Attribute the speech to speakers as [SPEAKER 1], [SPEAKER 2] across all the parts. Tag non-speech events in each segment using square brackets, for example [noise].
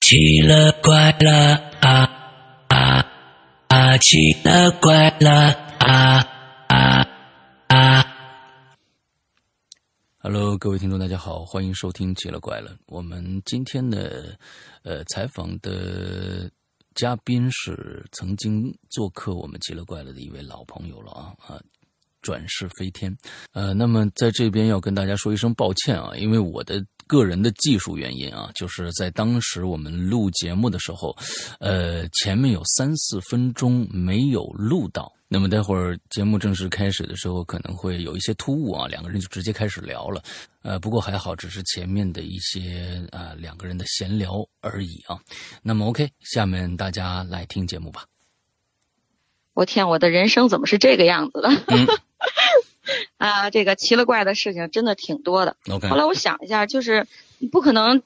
[SPEAKER 1] 奇了怪了啊啊啊！奇了怪了啊啊啊！Hello，各位听众，大家好，欢迎收听《奇了怪了》。我们今天的呃采访的嘉宾是曾经做客我们《奇了怪了》的一位老朋友了啊啊！转世飞天，呃，那么在这边要跟大家说一声抱歉啊，因为我的个人的技术原因啊，就是在当时我们录节目的时候，呃，前面有三四分钟没有录到。那么待会儿节目正式开始的时候，可能会有一些突兀啊，两个人就直接开始聊了。呃，不过还好，只是前面的一些啊、呃、两个人的闲聊而已啊。那么 OK，下面大家来听节目吧。
[SPEAKER 2] 我天，我的人生怎么是这个样子的？
[SPEAKER 1] 嗯
[SPEAKER 2] [laughs] 啊，这个奇了怪的事情真的挺多的。
[SPEAKER 1] ，OK，
[SPEAKER 2] 后来我想一下，就是不可能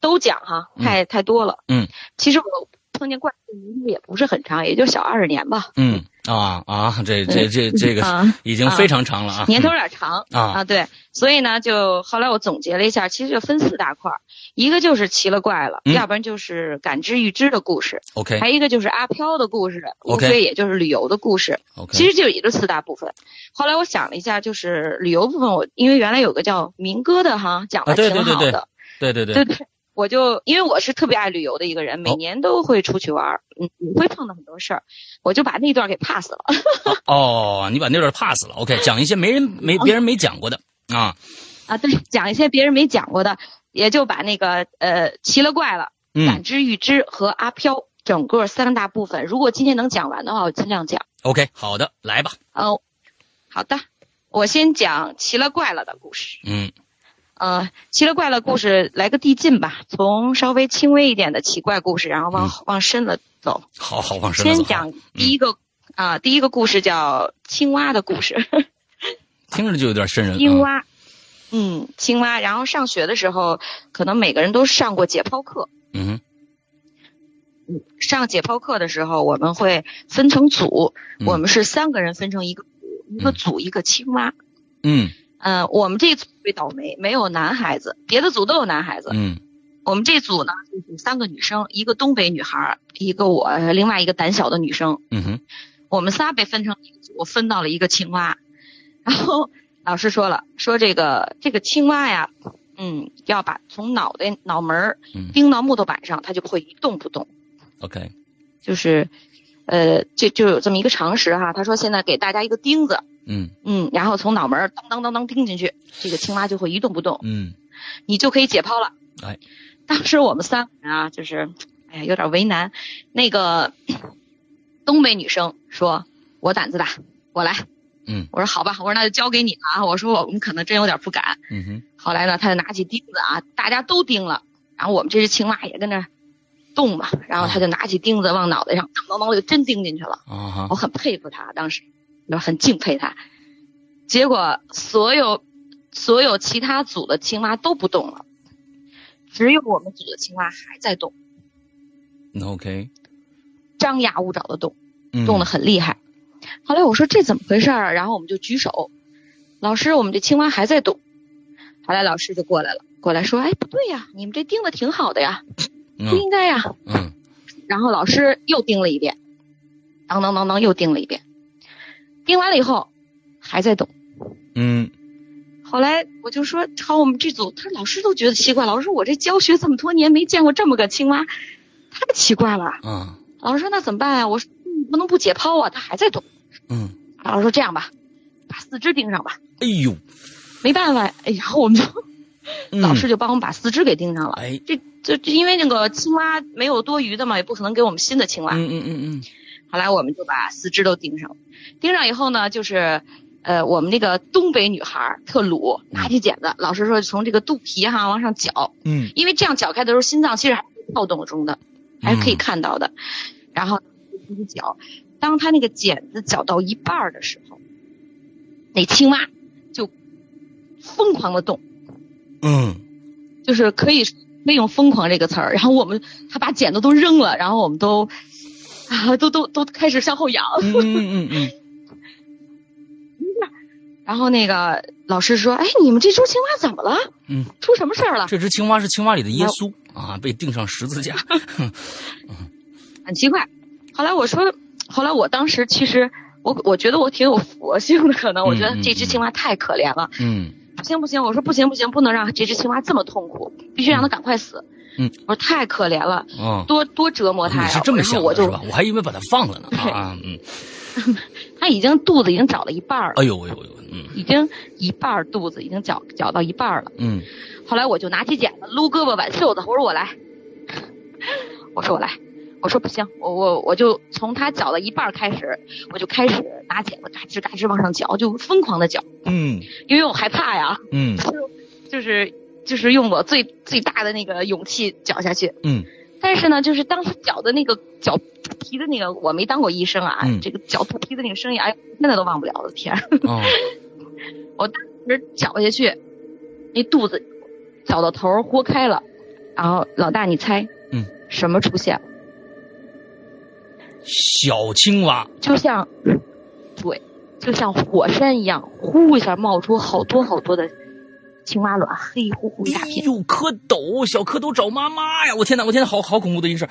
[SPEAKER 2] 都讲哈、
[SPEAKER 1] 嗯
[SPEAKER 2] 太太多了。
[SPEAKER 1] 嗯，
[SPEAKER 2] 其实我碰见怪事一路也不是很长，也就小二十年吧。
[SPEAKER 1] 嗯啊啊，这这这这个
[SPEAKER 2] 啊，
[SPEAKER 1] 已经非常长了啊，
[SPEAKER 2] 年头有点长、
[SPEAKER 1] 嗯啊
[SPEAKER 2] 啊。对，所以呢，就后来我总结了一下，其实就分四大块儿，一个就是奇了怪了，
[SPEAKER 1] 嗯
[SPEAKER 2] 要不然就是感知预知的故事，
[SPEAKER 1] ，OK
[SPEAKER 2] 还有一个就是阿飘的故事，无
[SPEAKER 1] OK
[SPEAKER 2] 非也就是旅游的故事。
[SPEAKER 1] OK，
[SPEAKER 2] 其实就也就四大部分。后来我想了一下，就是旅游部分我，因为原来有个叫民歌的哈，讲
[SPEAKER 1] 啊
[SPEAKER 2] 的
[SPEAKER 1] 对
[SPEAKER 2] 挺好的，
[SPEAKER 1] 对对对哦对，
[SPEAKER 2] 对对我就因为我是特别爱旅游的一个人，每年都会出去玩儿，嗯，会碰到很多事儿，我就把那段给 pass 了。 [laughs]
[SPEAKER 1] 哦，你把那段 pass 了，OK，讲一些没人没
[SPEAKER 2] 哦
[SPEAKER 1] 别人没讲过的啊，
[SPEAKER 2] 啊，对，讲一些别人没讲过的，也就把那个呃奇了怪了、
[SPEAKER 1] 嗯
[SPEAKER 2] 感知预知和阿飘整个三大部分，如果今天能讲完的话，我尽量讲。
[SPEAKER 1] ，OK，好的，来吧，
[SPEAKER 2] 哦，好的，我先讲奇了怪了的故事。
[SPEAKER 1] 嗯
[SPEAKER 2] 呃，奇了怪了故事来个递进吧，从稍微轻微一点的奇怪故事，然后往、往深了走。
[SPEAKER 1] 好好往嗯深了
[SPEAKER 2] 先
[SPEAKER 1] 走，嗯
[SPEAKER 2] 讲第一个啊、第一个故事叫青蛙的故事。
[SPEAKER 1] 听着就有点瘆
[SPEAKER 2] [laughs]
[SPEAKER 1] 人，
[SPEAKER 2] 青蛙，嗯，青蛙。然后上学的时候，可能每个人都上过解剖课。
[SPEAKER 1] 嗯
[SPEAKER 2] 上解剖课的时候，我们会分成组，
[SPEAKER 1] 嗯
[SPEAKER 2] 我们是三个人分成一个组，一个
[SPEAKER 1] 嗯
[SPEAKER 2] 组一个青蛙。
[SPEAKER 1] 嗯
[SPEAKER 2] 嗯、我们这组最倒霉，没有男孩子，别的组都有男孩子。
[SPEAKER 1] 嗯
[SPEAKER 2] 我们这组呢，就是三个女生，一个东北女孩儿，一个我，呃另外一个胆小的女生。
[SPEAKER 1] 嗯哼，
[SPEAKER 2] 我们仨被分成一个组，分到了一个青蛙。然后老师说了，说这个这个青蛙呀，嗯，要把从脑袋脑门儿
[SPEAKER 1] 嗯
[SPEAKER 2] 钉到木头板上，它就不会一动不动。
[SPEAKER 1] ，OK，
[SPEAKER 2] 就是，呃，这就有这么一个常识哈。他说现在给大家一个钉子，
[SPEAKER 1] 嗯
[SPEAKER 2] 嗯，然后从脑门儿当当当当钉进去，这个青蛙就会一动不动。
[SPEAKER 1] 嗯
[SPEAKER 2] 你就可以解剖了。
[SPEAKER 1] 哎，
[SPEAKER 2] 当时我们三个人啊，就是哎呀有点为难。那个东北女生说：“我胆子大，我来。”
[SPEAKER 1] 嗯，
[SPEAKER 2] 我说好吧，我说那就交给你了啊。我说我们可能真有点不敢。
[SPEAKER 1] 嗯哼，
[SPEAKER 2] 后来呢，他就拿起钉子啊，大家都钉了，然后我们这只青蛙也跟着动嘛，然后他就拿起钉子往脑袋上当当当就真钉进去了。
[SPEAKER 1] 啊哈
[SPEAKER 2] 我很佩服他，当时我很敬佩他。结果所有所有其他组的青蛙都不动了，只有我们组的青蛙还在动，
[SPEAKER 1] ，OK，
[SPEAKER 2] 张牙舞爪的动，
[SPEAKER 1] 嗯
[SPEAKER 2] 动得很厉害。后来我说这怎么回事儿啊？然后我们就举手，老师，我们这青蛙还在动。后来老师就过来了，过来说，哎，不对呀，你们这钉的挺好的呀，不
[SPEAKER 1] 嗯
[SPEAKER 2] 应该呀。
[SPEAKER 1] 嗯
[SPEAKER 2] 然后老师又盯了一遍，当当当当又盯了一遍，盯完了以后还在动。
[SPEAKER 1] 嗯
[SPEAKER 2] 后来我就说，好，我们这组，他说老师都觉得奇怪，老师说我这教学这么多年没见过这么个青蛙，太奇怪了。
[SPEAKER 1] 啊
[SPEAKER 2] 老师说那怎么办啊？我说嗯不能不解剖啊，他还在动。
[SPEAKER 1] 嗯，
[SPEAKER 2] 老师说这样吧，把四肢钉上吧，
[SPEAKER 1] 哎呦，嗯
[SPEAKER 2] 没办法，哎，然后我们就、老师就帮我们把四肢给钉上了。
[SPEAKER 1] 哎，
[SPEAKER 2] 就就因为那个青蛙没有多余的嘛，也不可能给我们新的青蛙。
[SPEAKER 1] 嗯嗯嗯
[SPEAKER 2] 后来我们就把四肢都钉上了，钉上以后呢，就是，呃，我们那个东北女孩儿特鲁拿起剪子，老师说从这个肚皮哈往上绞，
[SPEAKER 1] 嗯
[SPEAKER 2] 因为这样绞开的时候，心脏其实还是跳动中的，还是可以看到的。然后一直绞，当他那个剪子绞到一半儿的时候，那青蛙就疯狂的动，
[SPEAKER 1] 嗯
[SPEAKER 2] 就是可以可以用“疯狂”这个词儿。然后我们他把剪子都扔了，然后我们都
[SPEAKER 1] 嗯
[SPEAKER 2] 啊都都都开始向后仰。
[SPEAKER 1] 嗯嗯嗯嗯
[SPEAKER 2] 然后那个老师说：“哎，你们这只青蛙怎么了？
[SPEAKER 1] 嗯，
[SPEAKER 2] 出什么事儿了
[SPEAKER 1] 这只青蛙是青蛙里的耶稣啊，被钉上十
[SPEAKER 2] [laughs]
[SPEAKER 1] 字架。？”
[SPEAKER 2] 很奇怪。后来我说，后来我当时其实我我觉得我挺有佛性的，可能我觉得
[SPEAKER 1] 嗯嗯
[SPEAKER 2] 这只青蛙太可怜了，
[SPEAKER 1] 嗯
[SPEAKER 2] 不行不行，我说不行不行，不能让这只青蛙这么痛苦，必须让它赶快死。
[SPEAKER 1] 嗯，
[SPEAKER 2] 我说太可怜了，
[SPEAKER 1] 哦，
[SPEAKER 2] 多多折磨它
[SPEAKER 1] 你
[SPEAKER 2] 呀。
[SPEAKER 1] 嗯是这么
[SPEAKER 2] 然后
[SPEAKER 1] 想
[SPEAKER 2] 我
[SPEAKER 1] 的是
[SPEAKER 2] 就
[SPEAKER 1] 吧？我还以为把它放了呢啊，嗯，
[SPEAKER 2] 它已经肚子已经找了一半儿了，
[SPEAKER 1] 哎呦哎呦哎呦，嗯
[SPEAKER 2] 已经一半儿肚子已经绞绞到一半儿了。
[SPEAKER 1] 嗯
[SPEAKER 2] 后来我就拿起剪子撸胳膊挽袖子，我说我来， [laughs] 我说我来，我说不行，我我我就从他绞到一半儿开始，我就开始拿剪子嘎吱嘎吱往上绞，就疯狂的绞，
[SPEAKER 1] 嗯
[SPEAKER 2] 因为我害怕呀，
[SPEAKER 1] 嗯
[SPEAKER 2] 就是就是用我最最大的那个勇气绞下去。
[SPEAKER 1] 嗯
[SPEAKER 2] 但是呢，就是当时绞的那个绞肚皮的那个，我没当过医生啊，
[SPEAKER 1] 嗯
[SPEAKER 2] 这个绞肚皮的那个声音，哎，现在都忘不了，我的天！
[SPEAKER 1] 哦，
[SPEAKER 2] 直绞下去，那肚子绞到头儿豁开了，然后老大你猜，
[SPEAKER 1] 嗯，
[SPEAKER 2] 什么出现？
[SPEAKER 1] 小青蛙，
[SPEAKER 2] 就像，对，就像火山一样，呼一下冒出好多好多的青蛙卵，黑乎乎一大
[SPEAKER 1] 哎
[SPEAKER 2] 片。
[SPEAKER 1] 呦，蝌蚪，小蝌蚪找妈妈呀！我天哪，我天哪，好好恐怖的一事儿。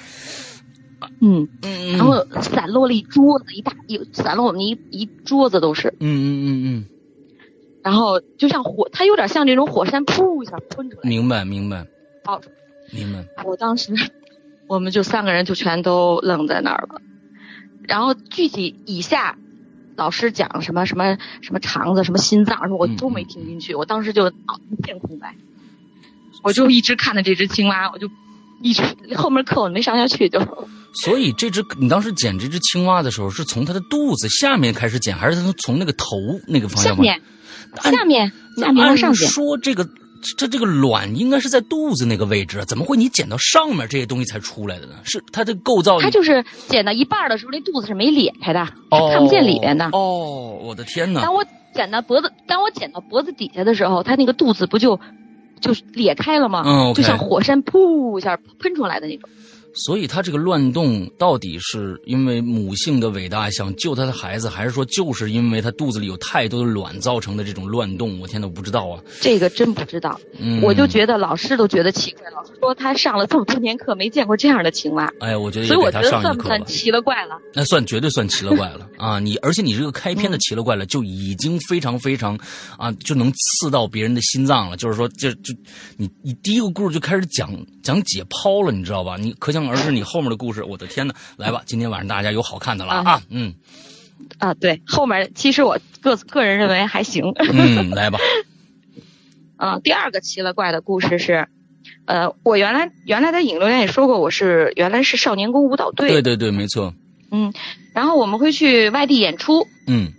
[SPEAKER 2] 嗯，
[SPEAKER 1] 嗯，
[SPEAKER 2] 然后散落了一桌子，一大一散落我们一一桌子都是。
[SPEAKER 1] 嗯嗯嗯
[SPEAKER 2] 然后就像火，它有点像这种火山噗一下喷出
[SPEAKER 1] 嗯，
[SPEAKER 2] 来，
[SPEAKER 1] 明白明白
[SPEAKER 2] 爆出来。
[SPEAKER 1] 明白。
[SPEAKER 2] 我当时，我们就三个人就全都愣在那儿了。然后具体以下，老师讲什么什么什么肠子、什么心脏什么，我
[SPEAKER 1] 嗯
[SPEAKER 2] 都没听进去。我当时就脑子一片空白，我就一直看着这只青蛙，我就一直后面课我没上下去
[SPEAKER 1] 哎
[SPEAKER 2] 就，
[SPEAKER 1] 所以这只你当时捡这只青蛙的时候，是从它的肚子下面开始捡，还是它从那个头那个方
[SPEAKER 2] 下
[SPEAKER 1] 向吗？
[SPEAKER 2] 面
[SPEAKER 1] 按
[SPEAKER 2] 下面
[SPEAKER 1] 那
[SPEAKER 2] 下面往
[SPEAKER 1] 按
[SPEAKER 2] 上捡，
[SPEAKER 1] 说这个这这个卵应该是在肚子那个位置啊，怎么会你捡到上面这些东西才出来的呢？是它的构造已，
[SPEAKER 2] 它就是捡到一半儿的时候，那肚子是没裂开的，
[SPEAKER 1] 哦
[SPEAKER 2] 看不见里面的。
[SPEAKER 1] 哦，我的天哪！
[SPEAKER 2] [laughs] 当我剪到脖子，当我剪到脖子底下的时候，它那个肚子不就就是裂开了吗？
[SPEAKER 1] 嗯，OK
[SPEAKER 2] 就像火山噗一下喷出来的那种。
[SPEAKER 1] 所以它这个乱动到底是因为母性的伟大想救它的孩子，还是说就是因为它肚子里有太多的卵造成的这种乱动？我天哪，我不知道啊！
[SPEAKER 2] 这个真不知道，
[SPEAKER 1] 嗯，
[SPEAKER 2] 我就觉得老师都觉得奇怪。老师说他上了这么多年课，没见过这样的青蛙，
[SPEAKER 1] 哎，我觉得
[SPEAKER 2] 所
[SPEAKER 1] 也
[SPEAKER 2] 以
[SPEAKER 1] 给
[SPEAKER 2] 我
[SPEAKER 1] 他
[SPEAKER 2] 觉
[SPEAKER 1] 上
[SPEAKER 2] 得算
[SPEAKER 1] 一
[SPEAKER 2] 不
[SPEAKER 1] 课
[SPEAKER 2] 算
[SPEAKER 1] 吧，
[SPEAKER 2] 奇了怪了？
[SPEAKER 1] 那算绝对算奇了怪
[SPEAKER 2] [laughs]
[SPEAKER 1] 了啊！你而且你这个开篇的
[SPEAKER 2] 嗯
[SPEAKER 1] 奇了怪了，就已经非常非常啊，就能刺到别人的心脏了。就是说，就就你你第一个故事就开始讲讲解剖了，你知道吧？你可想而知，你后面的故事，我的天哪！来吧，今天晚上大家有好看的了啊！嗯
[SPEAKER 2] 啊，对，后面其实我个个人认为还行。 [laughs]
[SPEAKER 1] 嗯，来吧，
[SPEAKER 2] 嗯、第二个奇了怪的故事是。呃，我原来原来在影流连也说过，我是原来是少年宫舞蹈队，
[SPEAKER 1] 对对对，没错，
[SPEAKER 2] 然后我们会去外地演出，
[SPEAKER 1] 嗯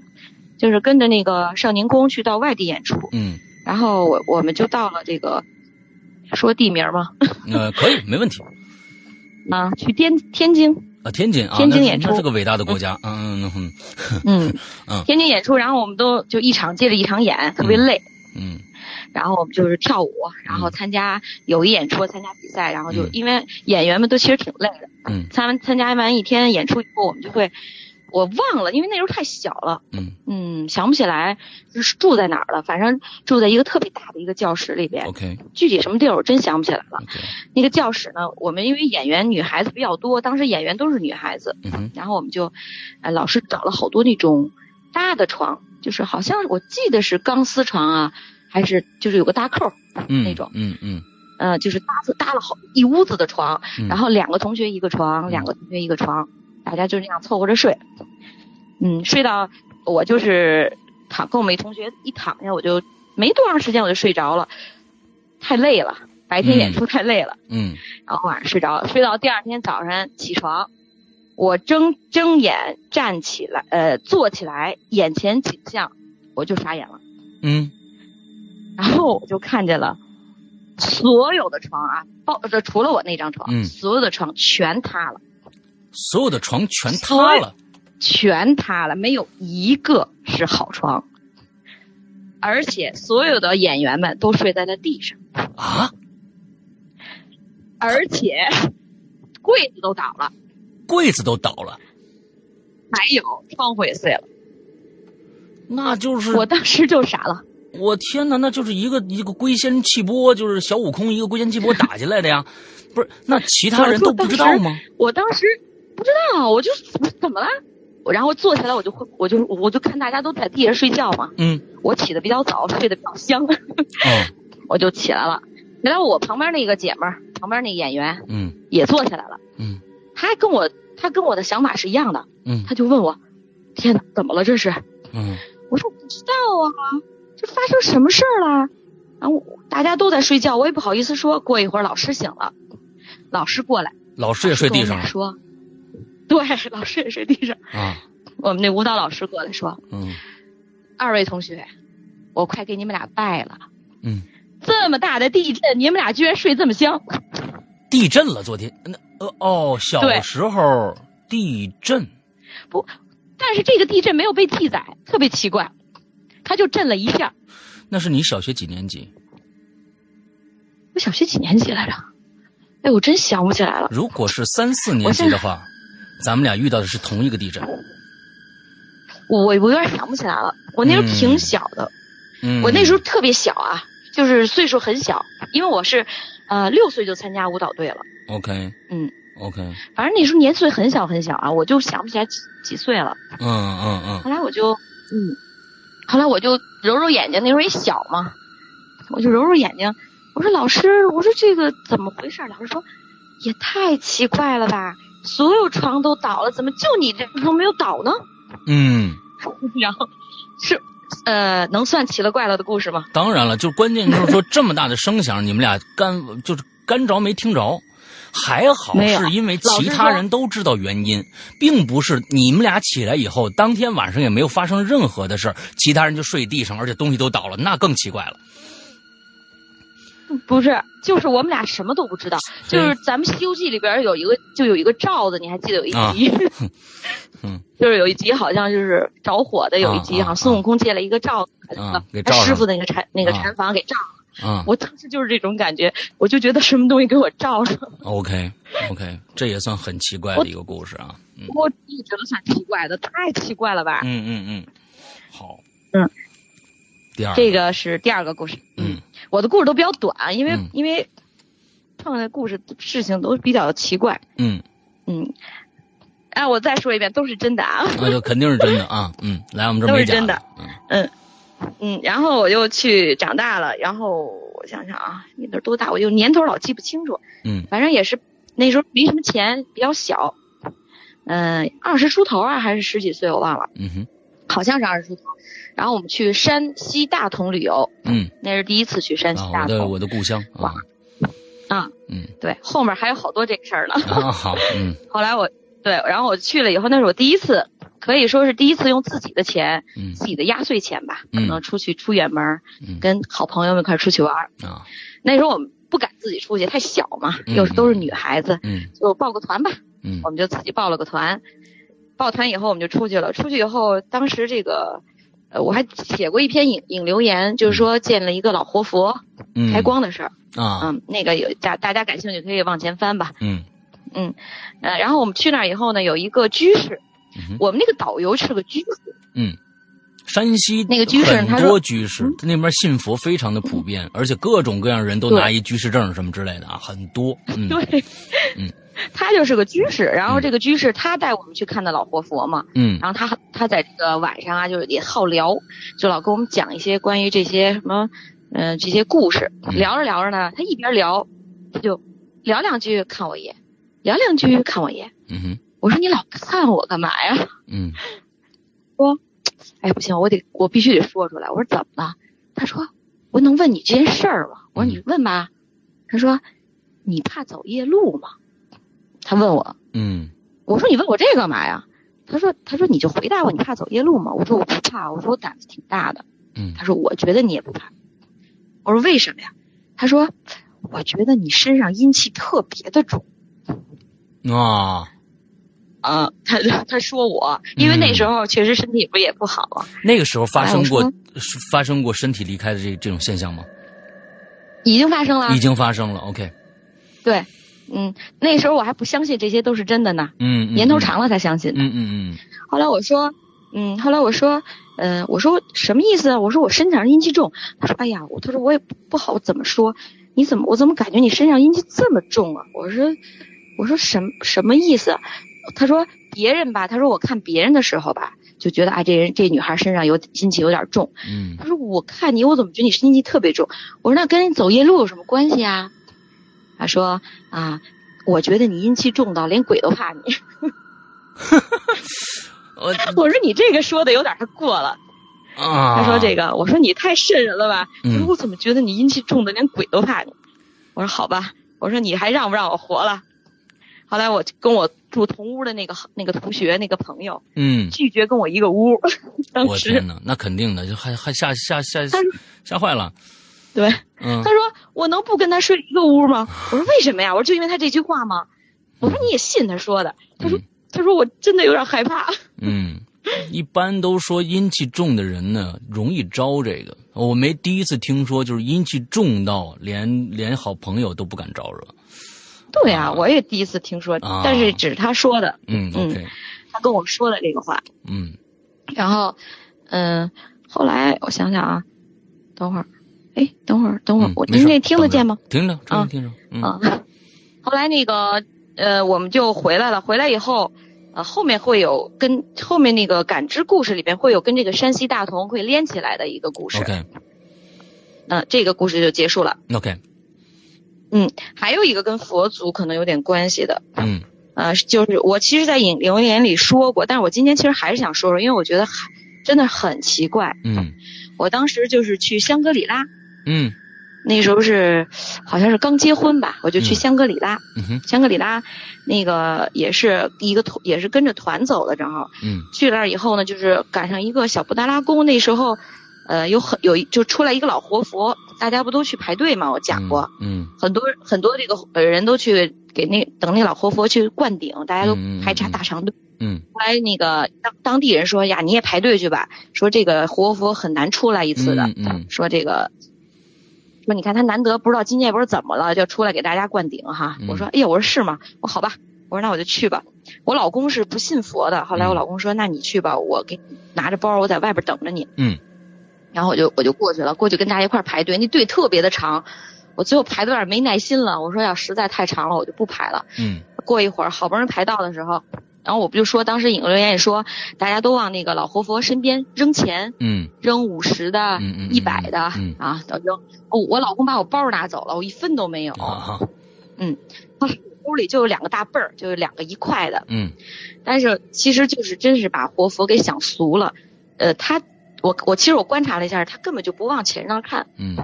[SPEAKER 2] 就是跟着那个少年宫去到外地演出，
[SPEAKER 1] 嗯，
[SPEAKER 2] 然后我我们就到了这个，说地名吗？
[SPEAKER 1] 呃，可以，没问题
[SPEAKER 2] 啊，去天天津，
[SPEAKER 1] 啊。天津啊，
[SPEAKER 2] 天津
[SPEAKER 1] 那是
[SPEAKER 2] 演出
[SPEAKER 1] 那是个伟大的国家，嗯嗯嗯
[SPEAKER 2] 嗯
[SPEAKER 1] 嗯，
[SPEAKER 2] 天津演出，然后我们都就一场接着一场演，特别累，
[SPEAKER 1] 嗯
[SPEAKER 2] 然后我们就是跳舞，然后参加有一演出，参加比赛，然后就、
[SPEAKER 1] 嗯
[SPEAKER 2] 因为演员们都其实挺累的，
[SPEAKER 1] 嗯
[SPEAKER 2] 参完参加完一天演出以后，我们就会。我忘了，因为那时候太小了，
[SPEAKER 1] 嗯
[SPEAKER 2] 嗯，想不起来就是住在哪儿了。反正住在一个特别大的一个教室里边，
[SPEAKER 1] ，OK
[SPEAKER 2] 具体什么地儿我真想不起来了。
[SPEAKER 1] OK，
[SPEAKER 2] 那个教室呢，我们因为演员女孩子比较多，当时演员都是女孩子，
[SPEAKER 1] 嗯哼，
[SPEAKER 2] 然后我们就，呃，老师找了好多那种搭的床，就是好像我记得是钢丝床啊，还是就是有个搭扣，
[SPEAKER 1] 嗯
[SPEAKER 2] 那种
[SPEAKER 1] 嗯嗯，
[SPEAKER 2] 呃，就是搭搭了好一屋子的床，
[SPEAKER 1] 嗯
[SPEAKER 2] 然后两个同学一个
[SPEAKER 1] 嗯
[SPEAKER 2] 床，两个同学一个床，大家就那样凑合着睡，嗯，睡到我就是躺跟我们一同学一躺下，我就没多长时间我就睡着了，太累了，白天演
[SPEAKER 1] 嗯
[SPEAKER 2] 出太累了。
[SPEAKER 1] 嗯
[SPEAKER 2] 然后晚上睡着，睡到第二天早上起床，我睁睁眼站起来，呃，坐起来，眼前景象我就傻眼了，
[SPEAKER 1] 嗯
[SPEAKER 2] 然后我就看见了所有的床啊，包呃除了我那张床，
[SPEAKER 1] 嗯
[SPEAKER 2] 所有的床全塌了，
[SPEAKER 1] 所有的床全塌了。
[SPEAKER 2] 全塌了，没有一个是好床，而且所有的演员们都睡在了地上，
[SPEAKER 1] 啊，
[SPEAKER 2] 而且柜子都倒了，
[SPEAKER 1] 柜子都倒了，
[SPEAKER 2] 还有窗户也碎了。
[SPEAKER 1] 那就是
[SPEAKER 2] 我当时就傻了。
[SPEAKER 1] 我天哪，那就是一个一个龟仙气波，就是小悟空一个龟仙气波打进来的
[SPEAKER 2] [laughs]
[SPEAKER 1] 呀，不是？那其他人都不知道吗？
[SPEAKER 2] 我当时不知道，我就怎么了？我然后坐下来我就会，我就我就看大家都在地下睡觉嘛。
[SPEAKER 1] 嗯。
[SPEAKER 2] 我起的比较早，睡得比较香， [laughs]
[SPEAKER 1] 哦，
[SPEAKER 2] 我就起来了。然后我旁边那个姐们儿，旁边那演员
[SPEAKER 1] 嗯
[SPEAKER 2] 也坐下来了。
[SPEAKER 1] 嗯
[SPEAKER 2] 她跟我，她跟我的想法是一样的。
[SPEAKER 1] 嗯
[SPEAKER 2] 她就问我：“天哪，怎么了这是
[SPEAKER 1] 嗯？”
[SPEAKER 2] 我说：“不知道啊，这发生什么事儿了？”然后大家都在睡觉，我也不好意思说。过一会儿老师醒了，老师过来，
[SPEAKER 1] 老师也睡地上
[SPEAKER 2] 老
[SPEAKER 1] 了
[SPEAKER 2] 师跟我们俩说：“对，老师也睡地上。”
[SPEAKER 1] 啊，
[SPEAKER 2] 我们那舞蹈老师过来说
[SPEAKER 1] 嗯：“
[SPEAKER 2] 二位同学，我快给你们俩拜了。
[SPEAKER 1] 嗯，
[SPEAKER 2] 这么大的地震，你们俩居然睡这么香。
[SPEAKER 1] 地震了，昨天那呃哦，小
[SPEAKER 2] 对
[SPEAKER 1] 时候地震，
[SPEAKER 2] 但是这个地震没有被记载，特别奇怪，它就震了一下。
[SPEAKER 1] 那是你小学几年级？
[SPEAKER 2] 我小学几年级来着？哎，我真想不起来了。
[SPEAKER 1] 如果是三四年级的话，咱们俩遇到的是同一个地震。
[SPEAKER 2] 我我有点想不起来了。我那时候挺小的，
[SPEAKER 1] 嗯，
[SPEAKER 2] 我那时候特别小啊，就是岁数很小，因为我是，呃，六岁就参加舞蹈队了。
[SPEAKER 1] OK，
[SPEAKER 2] 嗯
[SPEAKER 1] ，OK，
[SPEAKER 2] 反正那时候年岁很小很小啊，我就想不起来几几岁了。
[SPEAKER 1] 嗯嗯嗯
[SPEAKER 2] 后来我就，嗯，后来我就揉揉眼睛，那时候也小嘛，我就揉揉眼睛，我说老师，我说这个怎么回事儿？老师说，也太奇怪了吧，所有床都倒了，怎么就你这床没有倒呢？
[SPEAKER 1] 嗯，
[SPEAKER 2] [laughs] 然后是，呃，能算奇了怪了的故事吗？
[SPEAKER 1] 当然了，就关键就是说这么大的声响，你们俩干就是干着没听着。还好
[SPEAKER 2] 没有
[SPEAKER 1] 是因为
[SPEAKER 2] 老
[SPEAKER 1] 其
[SPEAKER 2] 师
[SPEAKER 1] 他
[SPEAKER 2] 说
[SPEAKER 1] 人都知道原因，并不是你们俩起来以后，当天晚上也没有发生任何的事儿，其他人就睡地上，而且东西都倒了，那更奇怪了。
[SPEAKER 2] 不是，就是我们俩什么都不知道。就
[SPEAKER 1] 嗯
[SPEAKER 2] 是咱们《西游记》里边有一个，就有一个罩子，你还记得有一 [laughs]
[SPEAKER 1] 啊
[SPEAKER 2] 集？
[SPEAKER 1] 嗯，
[SPEAKER 2] [laughs] 就是有一集好像就是着火的，有一集
[SPEAKER 1] 啊啊
[SPEAKER 2] 好像孙悟空借了一个罩子，
[SPEAKER 1] 啊给罩
[SPEAKER 2] 他
[SPEAKER 1] 上
[SPEAKER 2] 师傅的那个禅那个
[SPEAKER 1] 啊
[SPEAKER 2] 禅房给罩了。
[SPEAKER 1] 啊
[SPEAKER 2] 我当时就是这种感觉，我就觉得什么东西给我罩上，
[SPEAKER 1] ，OK OK，这也算很奇怪的一个故事啊。嗯
[SPEAKER 2] 我一直都算奇怪的，太奇怪了吧？
[SPEAKER 1] 嗯嗯嗯，好。
[SPEAKER 2] 嗯，
[SPEAKER 1] 第二
[SPEAKER 2] 这个是第二个故事。
[SPEAKER 1] 嗯，
[SPEAKER 2] 我的故事都比较短，因为、
[SPEAKER 1] 嗯
[SPEAKER 2] 因为碰的故事事情都比较奇怪。
[SPEAKER 1] 嗯，
[SPEAKER 2] 嗯，哎、我再说一遍，都是真的啊。
[SPEAKER 1] 那就肯定是真的啊。嗯，来我们这儿
[SPEAKER 2] 都
[SPEAKER 1] 没
[SPEAKER 2] 是
[SPEAKER 1] 假
[SPEAKER 2] 真的。
[SPEAKER 1] 嗯
[SPEAKER 2] 嗯，然后我就去长大了，然后我想想啊，那阵儿多大，我就年头老记不清楚，
[SPEAKER 1] 嗯
[SPEAKER 2] 反正也是那时候没什么钱，比较小，嗯、二十出头啊，还是十几岁，我忘了，
[SPEAKER 1] 嗯哼
[SPEAKER 2] 好像是二十出头。然后我们去山西大同旅游，
[SPEAKER 1] 嗯，
[SPEAKER 2] 那是第一次去山西
[SPEAKER 1] 啊，
[SPEAKER 2] 大
[SPEAKER 1] 我的
[SPEAKER 2] 同，
[SPEAKER 1] 我的故乡啊
[SPEAKER 2] 哇啊，
[SPEAKER 1] 嗯
[SPEAKER 2] 对，后面还有好多这个事儿呢。
[SPEAKER 1] 啊好嗯
[SPEAKER 2] 后来我对，然后我去了以后，那是我第一次，可以说是第一次用自己的钱，
[SPEAKER 1] 嗯
[SPEAKER 2] 自己的压岁钱吧，
[SPEAKER 1] 嗯
[SPEAKER 2] 可能出去出远门儿，
[SPEAKER 1] 嗯
[SPEAKER 2] 跟好朋友们一块儿出去玩儿。
[SPEAKER 1] 啊
[SPEAKER 2] 那时候我们不敢自己出去，太小嘛，
[SPEAKER 1] 嗯
[SPEAKER 2] 又是都是女孩子，
[SPEAKER 1] 嗯
[SPEAKER 2] 就报个团吧，
[SPEAKER 1] 嗯
[SPEAKER 2] 我们就自己报了个团。报团以后我们就出去了，出去以后，当时这个，呃，我还写过一篇引引留言，就是说见了一个老活佛
[SPEAKER 1] 嗯
[SPEAKER 2] 开光的事儿，
[SPEAKER 1] 啊
[SPEAKER 2] 嗯，那个有大大家感兴趣可以往前翻吧。
[SPEAKER 1] 嗯
[SPEAKER 2] 呃，然后我们去那儿以后呢，有一个居士，
[SPEAKER 1] 嗯哼
[SPEAKER 2] 我们那个导游是个居士，
[SPEAKER 1] 山西
[SPEAKER 2] 那个居士
[SPEAKER 1] 很
[SPEAKER 2] 他
[SPEAKER 1] 多
[SPEAKER 2] 说
[SPEAKER 1] 居士，那边信佛非常的普遍，而且各种各样的人都
[SPEAKER 2] 对
[SPEAKER 1] 拿一居士证什么之类的啊，很多嗯
[SPEAKER 2] 对，
[SPEAKER 1] 嗯
[SPEAKER 2] 他就是个居士。然
[SPEAKER 1] 嗯
[SPEAKER 2] 后这个居士他带我们去看的老活佛嘛，
[SPEAKER 1] 嗯
[SPEAKER 2] 然后他他在这个晚上啊，就是也好聊，就老跟我们讲一些关于这些什么，嗯、这些故事。
[SPEAKER 1] 嗯
[SPEAKER 2] 聊着聊着呢，他一边聊，他就聊两句看我一眼，聊两句看我一眼。
[SPEAKER 1] 嗯哼
[SPEAKER 2] 我说你老看我干嘛呀？
[SPEAKER 1] 嗯
[SPEAKER 2] 哎，不行，我得我必须得说出来。我说怎么了？他说我能问你这件事儿吗？我说你问吧。他说你怕走夜路吗？他问我，
[SPEAKER 1] 嗯
[SPEAKER 2] 我说你问我这干嘛呀？他说他说你就回答我，你怕走夜路吗？我说我不怕，我说我胆子挺大的。
[SPEAKER 1] 嗯
[SPEAKER 2] 他说我觉得你也不怕。我说为什么呀？他说我觉得你身上阴气特别的重。
[SPEAKER 1] 啊，
[SPEAKER 2] 啊、他他说我，因为那时
[SPEAKER 1] 嗯
[SPEAKER 2] 候确实身体不是也不好嘛，
[SPEAKER 1] 那个时候发
[SPEAKER 2] 哎
[SPEAKER 1] 生
[SPEAKER 2] 我
[SPEAKER 1] 过
[SPEAKER 2] 说
[SPEAKER 1] 是发生过身体离开的这这种现象吗？
[SPEAKER 2] 已经发生了
[SPEAKER 1] 已。经发生了，OK，
[SPEAKER 2] 对，嗯，那时候我还不相信这些都是真的呢，
[SPEAKER 1] 嗯，嗯
[SPEAKER 2] 年头，长了才相信。
[SPEAKER 1] 嗯嗯嗯
[SPEAKER 2] 后来我说，嗯，后来我说，呃，我说什么意思啊？我说我身体上阴气重。他说，哎呀，我他说我也不不好怎么说，你怎么我怎么感觉你身上阴气这么重啊？我说，我说什么什么意思啊？他说别人吧，他说我看别人的时候吧，就觉得啊这人这女孩身上有阴气有点重。
[SPEAKER 1] 嗯
[SPEAKER 2] 他说我看你，我怎么觉得你阴气特别重？我说那跟走夜路有什么关系啊？他说啊，我觉得你阴气重到连鬼都怕你。
[SPEAKER 1] [laughs] 我
[SPEAKER 2] 我说你这个说的有点太过了。
[SPEAKER 1] 啊，
[SPEAKER 2] 他说这个，我说你太瘆人了吧？
[SPEAKER 1] 嗯
[SPEAKER 2] 我说我怎么觉得你阴气重的连鬼都怕你？我说好吧，我说你还让不让我活了？后来我跟我住同屋的那个那个同学那个朋友
[SPEAKER 1] 嗯，
[SPEAKER 2] 拒绝跟我一个屋， [laughs] 当
[SPEAKER 1] 我
[SPEAKER 2] 时
[SPEAKER 1] 天哪，那肯定的，就还还吓吓吓
[SPEAKER 2] 但
[SPEAKER 1] 吓坏了，
[SPEAKER 2] 对
[SPEAKER 1] 嗯
[SPEAKER 2] 他说我能不跟他睡一个屋吗？我说为什么呀？我说就因为他这句话吗？我说你也信他说的？他说、
[SPEAKER 1] 嗯
[SPEAKER 2] 他说我真的有点害怕。
[SPEAKER 1] [laughs] 嗯，一般都说阴气重的人呢，容易招这个。我没第一次听说，就是阴气重到连连好朋友都不敢招惹。
[SPEAKER 2] 对啊，
[SPEAKER 1] 啊
[SPEAKER 2] 我也第一次听说，
[SPEAKER 1] 啊
[SPEAKER 2] 但是只是他说的，
[SPEAKER 1] 嗯
[SPEAKER 2] 嗯
[SPEAKER 1] ，OK，
[SPEAKER 2] 他跟我说的这个话。
[SPEAKER 1] 嗯
[SPEAKER 2] 然后，嗯，后来我想想啊，等会儿，哎，等会儿，等会儿，
[SPEAKER 1] 嗯
[SPEAKER 2] 我
[SPEAKER 1] 没事
[SPEAKER 2] 您这听得见吗？
[SPEAKER 1] 听着，听着，
[SPEAKER 2] 啊
[SPEAKER 1] 听着，嗯
[SPEAKER 2] 啊，后来那个，呃，我们就回来了。回来以后，呃，后面会有跟后面那个感知故事里边会有跟这个山西大同会连起来的一个故事。
[SPEAKER 1] ，OK
[SPEAKER 2] 呃，这个故事就结束了。
[SPEAKER 1] OK，
[SPEAKER 2] 还有一个跟佛祖可能有点关系的，
[SPEAKER 1] 嗯
[SPEAKER 2] 呃，就是我其实，在引留言里说过，但是我今天其实还是想说说，因为我觉得还真的很奇怪。
[SPEAKER 1] 嗯
[SPEAKER 2] 我当时就是去香格里拉，
[SPEAKER 1] 嗯
[SPEAKER 2] 那时候是好像是刚结婚吧，我就去
[SPEAKER 1] 嗯
[SPEAKER 2] 香格里拉。
[SPEAKER 1] 嗯哼
[SPEAKER 2] 香格里拉那个也是一个团，也是跟着团走的，正好
[SPEAKER 1] 嗯
[SPEAKER 2] 去那儿以后呢，就是赶上一个小布达拉宫。那时候，呃，有很有一就出来一个老活佛，大家不都去排队嘛？我讲过，，
[SPEAKER 1] 嗯
[SPEAKER 2] 很多很多这个呃人都去给那等那个老活佛去灌顶，大家都
[SPEAKER 1] 嗯嗯嗯
[SPEAKER 2] 排长
[SPEAKER 1] 嗯
[SPEAKER 2] 大长队。
[SPEAKER 1] 嗯
[SPEAKER 2] 后来那个当当地人说呀，你也排队去吧，说这个活佛很难出来一次的，
[SPEAKER 1] 嗯嗯
[SPEAKER 2] 说这个。说你看他难得不知道今年也不知道怎么了，就出来给大家灌顶哈。
[SPEAKER 1] 嗯
[SPEAKER 2] 我说哎呀，我说是吗？我说好吧，我说那我就去吧。我老公是不信佛的，后来我
[SPEAKER 1] 嗯
[SPEAKER 2] 老公说、那你去吧，我给你拿着包，我在外边等着你。
[SPEAKER 1] 嗯。
[SPEAKER 2] 然后我就我就过去了，过去跟大家一块儿排队，那队特别的长，我最后排的有点没耐心了，我说要实在太长了，我就不排了。
[SPEAKER 1] 嗯
[SPEAKER 2] 过一会儿好不容易排到的时候，然后我不就说，当时引流留言也说，大家都往那个老活佛身边扔钱，
[SPEAKER 1] 嗯
[SPEAKER 2] 扔五十的、
[SPEAKER 1] 嗯嗯，
[SPEAKER 2] 一百的、
[SPEAKER 1] 嗯
[SPEAKER 2] 啊，都扔。哦，我老公把我包拿走了，我一分都没有。
[SPEAKER 1] 啊
[SPEAKER 2] 兜里就有两个大背儿，就有两个一块的，
[SPEAKER 1] 嗯
[SPEAKER 2] 但是其实就是真是把活佛给想俗了。呃，他我我其实我观察了一下，他根本就不往钱上看，
[SPEAKER 1] 嗯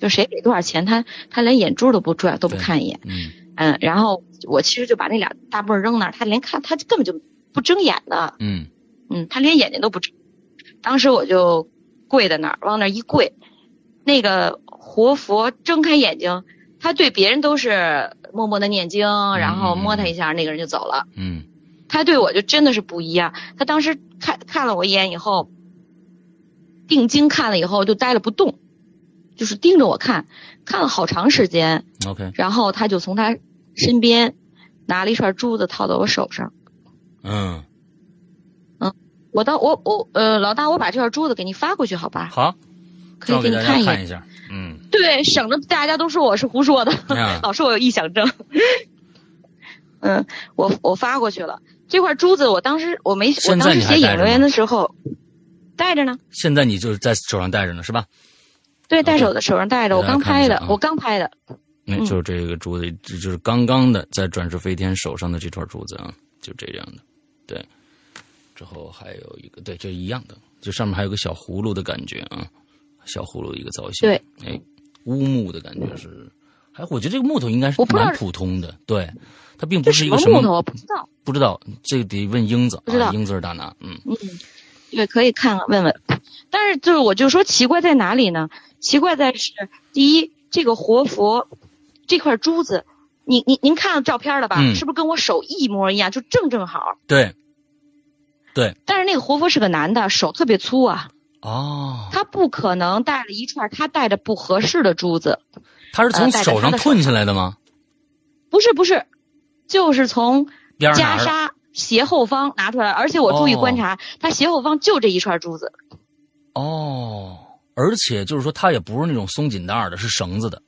[SPEAKER 2] 就谁给多少钱，他他连眼珠都不转都不
[SPEAKER 1] 对
[SPEAKER 2] 看一眼。
[SPEAKER 1] 嗯
[SPEAKER 2] 嗯，然后我其实就把那俩大泵扔那儿，他连看他根本就不睁眼的，
[SPEAKER 1] 嗯
[SPEAKER 2] 嗯，他连眼睛都不睁。当时我就跪在那儿，往那儿一跪，那个活佛睁开眼睛，他对别人都是默默的念经，然后摸他一下，那个人就走了。
[SPEAKER 1] 嗯
[SPEAKER 2] 他对我就真的是不一样，他当时看看了我一眼以后，定睛看了以后就呆了不动，就是盯着我看，看了好长时间。
[SPEAKER 1] ，OK，
[SPEAKER 2] 然后他就从他身边拿了一串珠子套到我手上。
[SPEAKER 1] 嗯，
[SPEAKER 2] 我到我我呃老大，我把这串珠子给你发过去，好吧？
[SPEAKER 1] 好，
[SPEAKER 2] 可
[SPEAKER 1] 照
[SPEAKER 2] 以给
[SPEAKER 1] 给
[SPEAKER 2] 你
[SPEAKER 1] 大家
[SPEAKER 2] 一
[SPEAKER 1] 看
[SPEAKER 2] 眼，
[SPEAKER 1] 一下，嗯
[SPEAKER 2] 对，省得大家都说我是胡说的，
[SPEAKER 1] 啊
[SPEAKER 2] 老说我有臆想症。嗯，我我发过去了这块珠子，我当时我没我
[SPEAKER 1] 现在
[SPEAKER 2] 当时
[SPEAKER 1] 你还
[SPEAKER 2] 写
[SPEAKER 1] 戴着
[SPEAKER 2] 引流言
[SPEAKER 1] 吗
[SPEAKER 2] 的时候戴着呢，
[SPEAKER 1] 现在你就是在手上戴着呢，是吧？
[SPEAKER 2] 对，戴
[SPEAKER 1] OK
[SPEAKER 2] 手的手上戴着，我
[SPEAKER 1] 给大家
[SPEAKER 2] 刚
[SPEAKER 1] 看一
[SPEAKER 2] 拍
[SPEAKER 1] 下啊，
[SPEAKER 2] 的我刚拍的，
[SPEAKER 1] 那
[SPEAKER 2] 嗯
[SPEAKER 1] 就是这个珠子，这就是刚刚的在转世飞天手上的这串珠子啊，就这样的。对，之后还有一个，对，这一样的，就上面还有个小葫芦的感觉啊，小葫芦一个造型。
[SPEAKER 2] 对，
[SPEAKER 1] 哎，乌木的感觉是，还我觉得这个木头应该是
[SPEAKER 2] 我不知道
[SPEAKER 1] 蛮普通的，对，它并不
[SPEAKER 2] 这
[SPEAKER 1] 是
[SPEAKER 2] 什
[SPEAKER 1] 一个
[SPEAKER 2] 么
[SPEAKER 1] 什
[SPEAKER 2] 木头我不知道，
[SPEAKER 1] 不知道，这个得问英子
[SPEAKER 2] 不知
[SPEAKER 1] 啊，
[SPEAKER 2] 道
[SPEAKER 1] 英子是大拿，嗯
[SPEAKER 2] 嗯，对，可以看看问问。但是就是我就说奇怪在哪里呢？奇怪在是第一，这个活佛这块珠子，您您您看到照片了吧？
[SPEAKER 1] 嗯
[SPEAKER 2] 是不是跟我手一模一样，就正正好？
[SPEAKER 1] 对，
[SPEAKER 2] 但是那个活佛是个男的，手特别粗啊，
[SPEAKER 1] 哦，
[SPEAKER 2] 他不可能戴了一串他戴着不合适的珠子。
[SPEAKER 1] 它是从
[SPEAKER 2] 呃戴着
[SPEAKER 1] 手
[SPEAKER 2] 它
[SPEAKER 1] 上
[SPEAKER 2] 的手
[SPEAKER 1] 褪下来的吗？
[SPEAKER 2] 不是不是，就是从
[SPEAKER 1] 边儿哪哦
[SPEAKER 2] 袈
[SPEAKER 1] 儿？
[SPEAKER 2] 裟斜后方拿出来，而且我注意观察，它斜后方就这一串珠子，
[SPEAKER 1] 哦，而且就是说，它也不是那种松紧带儿的，是绳子的。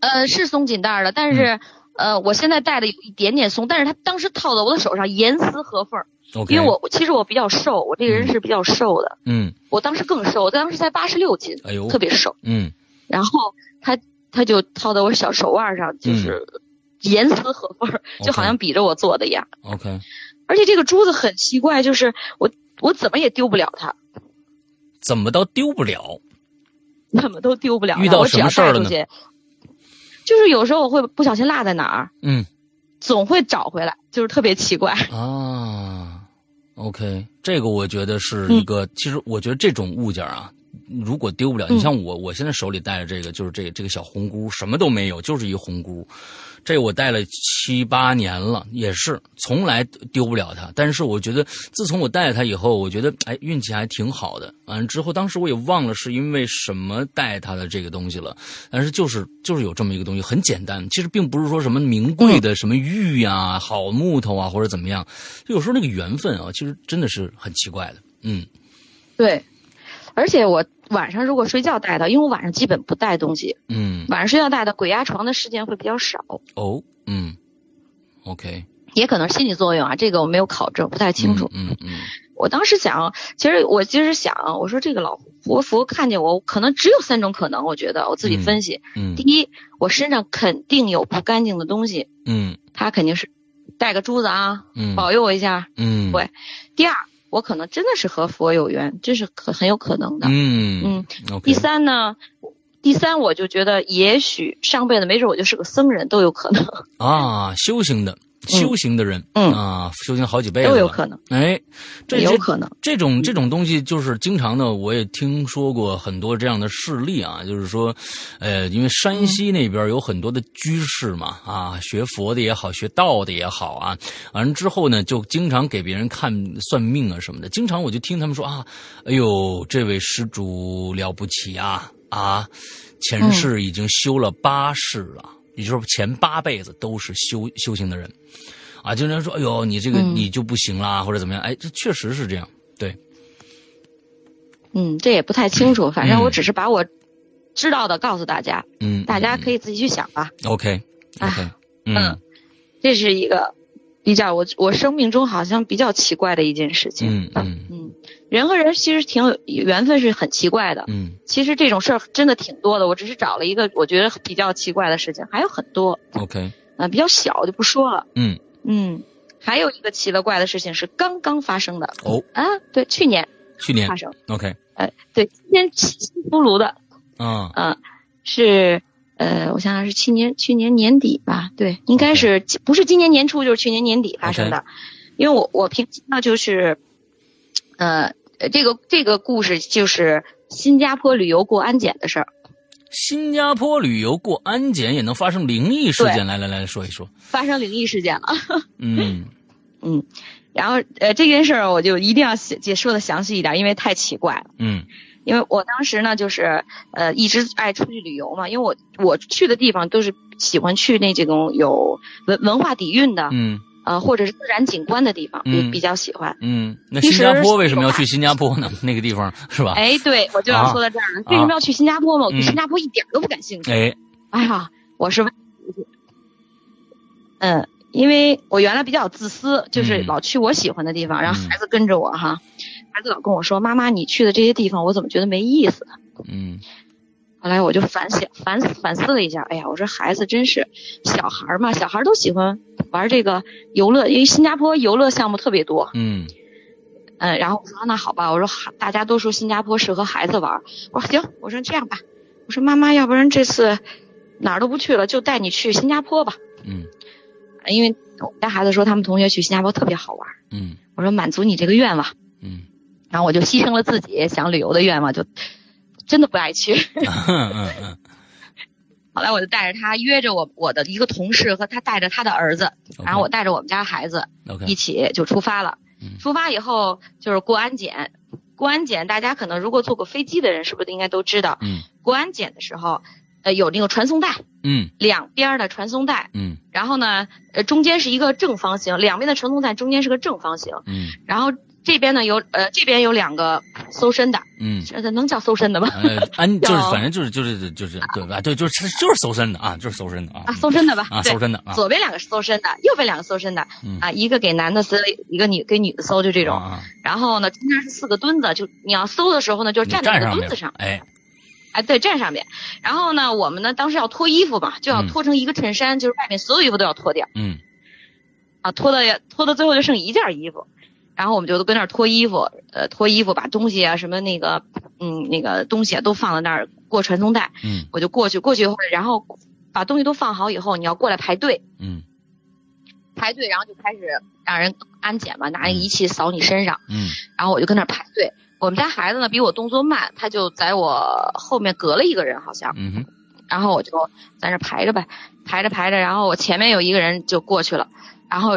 [SPEAKER 2] 呃，是松紧带儿的，但是、
[SPEAKER 1] 嗯
[SPEAKER 2] 呃，我现在戴的有一点点松，但是它当时套在我的手上严丝合缝儿，
[SPEAKER 1] OK，
[SPEAKER 2] 因为我我其实我比较瘦，我这个人是比较瘦的，
[SPEAKER 1] 嗯，
[SPEAKER 2] 我当时更瘦，我当时才八十六斤，
[SPEAKER 1] 哎呦，
[SPEAKER 2] 特别瘦，
[SPEAKER 1] 嗯
[SPEAKER 2] 然后它它就套在我小手腕上，
[SPEAKER 1] 嗯
[SPEAKER 2] 就是严丝合缝儿，就好像比着我做的一样。
[SPEAKER 1] ，OK，
[SPEAKER 2] 而且这个珠子很奇怪，就是我我怎么也丢不了它，
[SPEAKER 1] 怎么到丢不了？
[SPEAKER 2] 怎么都丢不了它。
[SPEAKER 1] 遇到
[SPEAKER 2] 我只
[SPEAKER 1] 什
[SPEAKER 2] 要
[SPEAKER 1] 么事儿
[SPEAKER 2] 带
[SPEAKER 1] 了
[SPEAKER 2] 出
[SPEAKER 1] 呢
[SPEAKER 2] 去，就是有时候我会不小心落在哪儿，
[SPEAKER 1] 嗯
[SPEAKER 2] 总会找回来，就是特别奇怪。
[SPEAKER 1] 啊，OK，这个我觉得是
[SPEAKER 2] 嗯
[SPEAKER 1] 一个，其实我觉得这种物件啊。如果丢不了，你
[SPEAKER 2] 嗯
[SPEAKER 1] 像我，我现在手里戴着这个，就是这这个小红箍，什么都没有，就是一红箍。这我戴了七八年了，也是从来丢不了它。但是我觉得，自从我戴它以后，我觉得哎运气还挺好的。完了之后，当时我也忘了是因为什么戴它的这个东西了，但是就是就是有这么一个东西，很简单。其实并不是说什么名贵
[SPEAKER 2] 嗯
[SPEAKER 1] 的什么玉呀、好木头啊或者怎么样，就有时候那个缘分啊，其实真的是很奇怪的。嗯
[SPEAKER 2] 对，而且我晚上如果睡觉带的，因为我晚上基本不带东西，
[SPEAKER 1] 嗯
[SPEAKER 2] 晚上睡觉带的鬼压床的事件会比较少，
[SPEAKER 1] 哦嗯，OK，
[SPEAKER 2] 也可能是心理作用啊，这个我没有考证，不太清楚。
[SPEAKER 1] 嗯嗯
[SPEAKER 2] 我当时想，其实我其实想，我说这个老活佛看见我，可能只有三种可能。我觉得我自己分析，
[SPEAKER 1] 嗯
[SPEAKER 2] 第一，我身上肯定有不干净的东西，
[SPEAKER 1] 嗯
[SPEAKER 2] 他肯定是带个珠子啊，
[SPEAKER 1] 嗯
[SPEAKER 2] 保佑我一下。
[SPEAKER 1] 嗯，
[SPEAKER 2] 喂第二，我可能真的是和佛有缘，这是可很有可能的。
[SPEAKER 1] 嗯
[SPEAKER 2] 嗯
[SPEAKER 1] ，OK，
[SPEAKER 2] 第三呢，第三我就觉得也许上辈子没准我就是个僧人，都有可能，
[SPEAKER 1] 啊，修行的修行的人，
[SPEAKER 2] 嗯
[SPEAKER 1] 啊，修行好几辈子
[SPEAKER 2] 都有
[SPEAKER 1] 了。
[SPEAKER 2] 可能，
[SPEAKER 1] 哎，这
[SPEAKER 2] 有
[SPEAKER 1] 这
[SPEAKER 2] 可能。嗯
[SPEAKER 1] 这种这种东西，就是经常呢，我也听说过很多这样的事例啊，就是说，呃，因为山西那边有很多的居士嘛，啊，学佛的也好，学道的也好啊，完了之后呢，就经常给别人看算命啊什么的，经常我就听他们说啊，哎呦，这位施主了不起啊啊，前
[SPEAKER 2] 嗯
[SPEAKER 1] 世已经修了八世了，也就是说前八辈子都是修修行的人。啊，经常说，哎呦，你这个
[SPEAKER 2] 嗯
[SPEAKER 1] 你就不行啦，或者怎么样？哎，这确实是这样，对，
[SPEAKER 2] 嗯，这也不太清楚，反正我
[SPEAKER 1] 嗯
[SPEAKER 2] 只是把我知道的告诉大家，
[SPEAKER 1] 嗯，
[SPEAKER 2] 大家
[SPEAKER 1] 嗯
[SPEAKER 2] 可以自己去想吧。
[SPEAKER 1] OK，OK，、嗯
[SPEAKER 2] 嗯这是一个比较我我生命中好像比较奇怪的一件事情。
[SPEAKER 1] 嗯嗯
[SPEAKER 2] 人和人其实挺有缘分，是很奇怪的。
[SPEAKER 1] 嗯
[SPEAKER 2] 其实这种事儿真的挺多的，我只是找了一个我觉得比较奇怪的事情，还有很多
[SPEAKER 1] ，OK，
[SPEAKER 2] 啊、比较小就不说了。
[SPEAKER 1] 嗯，
[SPEAKER 2] 嗯，还有一个奇了怪的事情是刚刚发生的
[SPEAKER 1] 哦，
[SPEAKER 2] 啊，对，去年
[SPEAKER 1] 去年
[SPEAKER 2] 发生，
[SPEAKER 1] OK，
[SPEAKER 2] 对，今年起西出炉的，嗯
[SPEAKER 1] 啊，
[SPEAKER 2] 是呃，我想想是去年去年年底吧，对，应该
[SPEAKER 1] OK
[SPEAKER 2] 是不是今年年初就是去年年底发生的因为我我平时呢就是，呃，呃这个这个故事就是新加坡旅游过安检的事儿，
[SPEAKER 1] 新加坡旅游过安检也能发生灵异事件，来来来说一说，
[SPEAKER 2] 发生灵异事件了。 [laughs]
[SPEAKER 1] 嗯
[SPEAKER 2] 然后呃这件事儿我就一定要写解说的详细一点，因为太奇怪了。
[SPEAKER 1] 嗯
[SPEAKER 2] 因为我当时呢，就是呃一直爱出去旅游嘛，因为我我去的地方都是喜欢去那这种有文文化底蕴的，
[SPEAKER 1] 嗯
[SPEAKER 2] 呃，或者是自然景观的地方，比
[SPEAKER 1] 嗯
[SPEAKER 2] 比较喜欢。
[SPEAKER 1] 嗯，那
[SPEAKER 2] 其
[SPEAKER 1] 新
[SPEAKER 2] 实
[SPEAKER 1] 加坡为什么要去新加坡呢？ [laughs] 那个地方是吧？
[SPEAKER 2] 哎，对，我就
[SPEAKER 1] 啊
[SPEAKER 2] 要说到这儿了。为什么要去新加坡嘛？我
[SPEAKER 1] 嗯
[SPEAKER 2] 对新加坡一点都不感兴趣。
[SPEAKER 1] 哎，
[SPEAKER 2] 哎呀，我是为嗯，因为我原来比较自私，就是
[SPEAKER 1] 嗯
[SPEAKER 2] 老去我喜欢的地方，然后
[SPEAKER 1] 嗯
[SPEAKER 2] 孩子跟着我哈，孩子老跟我说：“妈妈，你去的这些地方，我怎么觉得没意思？”
[SPEAKER 1] 嗯
[SPEAKER 2] 后来我就反想反思反思了一下，哎呀，我说孩子真是小孩儿嘛，小孩儿都喜欢玩这个游乐，因为新加坡游乐项目特别多。
[SPEAKER 1] 嗯
[SPEAKER 2] 嗯，然后我说那好吧，我说孩大家都说新加坡适合孩子玩儿，我说行，我说这样吧，我说妈妈，要不然这次哪儿都不去了，就带你去新加坡吧，
[SPEAKER 1] 嗯
[SPEAKER 2] 因为我们家孩子说他们同学去新加坡特别好玩儿， [laughs]
[SPEAKER 1] 嗯
[SPEAKER 2] 我说满足你这个愿望，
[SPEAKER 1] 嗯
[SPEAKER 2] 然后我就牺牲了自己想旅游的愿望，就真的不爱去。
[SPEAKER 1] 嗯
[SPEAKER 2] 后来我就带着他，约着我我的一个同事和他带着他的儿子，然后我带着我们家孩子
[SPEAKER 1] OK，
[SPEAKER 2] 一起就出发了
[SPEAKER 1] 嗯。
[SPEAKER 2] 出发以后就是过安检，过安检大家可能如果坐过飞机的人是不是应该都知道？
[SPEAKER 1] 嗯
[SPEAKER 2] 过安检的时候，呃有那个传送带，
[SPEAKER 1] 嗯
[SPEAKER 2] 两边儿的传送带，
[SPEAKER 1] 嗯
[SPEAKER 2] 然后呢，呃中间是一个正方形，两边的传送带中间是个正方形，
[SPEAKER 1] 嗯
[SPEAKER 2] 然后这边呢有呃这边有两个搜身的， [laughs]
[SPEAKER 1] 嗯，
[SPEAKER 2] 这能叫搜身的吗？
[SPEAKER 1] 呃，安就是
[SPEAKER 2] [laughs] 叫
[SPEAKER 1] 反正就是就是就是对吧？对，就是就是搜身的啊，就是搜身的啊
[SPEAKER 2] 啊，搜身的吧，
[SPEAKER 1] 啊，
[SPEAKER 2] 对
[SPEAKER 1] 搜。身的啊，
[SPEAKER 2] 左边两个是搜身的，右边两个搜身的，
[SPEAKER 1] 嗯
[SPEAKER 2] 啊，一个给男的搜，一个女给女的搜，就这
[SPEAKER 1] 这
[SPEAKER 2] 种。
[SPEAKER 1] 啊，
[SPEAKER 2] 然后呢，中间是四个墩子，就你要搜的时候呢，就
[SPEAKER 1] 你
[SPEAKER 2] 站在
[SPEAKER 1] 站
[SPEAKER 2] 那
[SPEAKER 1] 上
[SPEAKER 2] 个
[SPEAKER 1] 没
[SPEAKER 2] 墩
[SPEAKER 1] 有
[SPEAKER 2] 子上，？
[SPEAKER 1] 哎，
[SPEAKER 2] 哎，对，站上面。然后呢，我们呢当时要脱衣服嘛，就要
[SPEAKER 1] 嗯
[SPEAKER 2] 脱成一个衬衫，就是外面所有衣服都要脱掉
[SPEAKER 1] 嗯
[SPEAKER 2] 啊，脱到脱到最后就剩一件衣服。然后我们就都跟那儿脱衣服，呃，脱衣服把东西啊什么那个，嗯，那个东西啊都放在那儿过传送带，
[SPEAKER 1] 嗯
[SPEAKER 2] 我就过去，过去以后，然后把东西都放好以后，你要过来排队，
[SPEAKER 1] 嗯
[SPEAKER 2] 排队，然后就开始让人安检嘛，拿那个仪器扫你身上，
[SPEAKER 1] 嗯
[SPEAKER 2] 然后我就跟那儿排队。我们家孩子呢比我动作慢，他就在我后面隔了一个人好像，
[SPEAKER 1] 嗯哼
[SPEAKER 2] 然后我就在那儿排着呗，排着排着，然后我前面有一个人就过去了，然后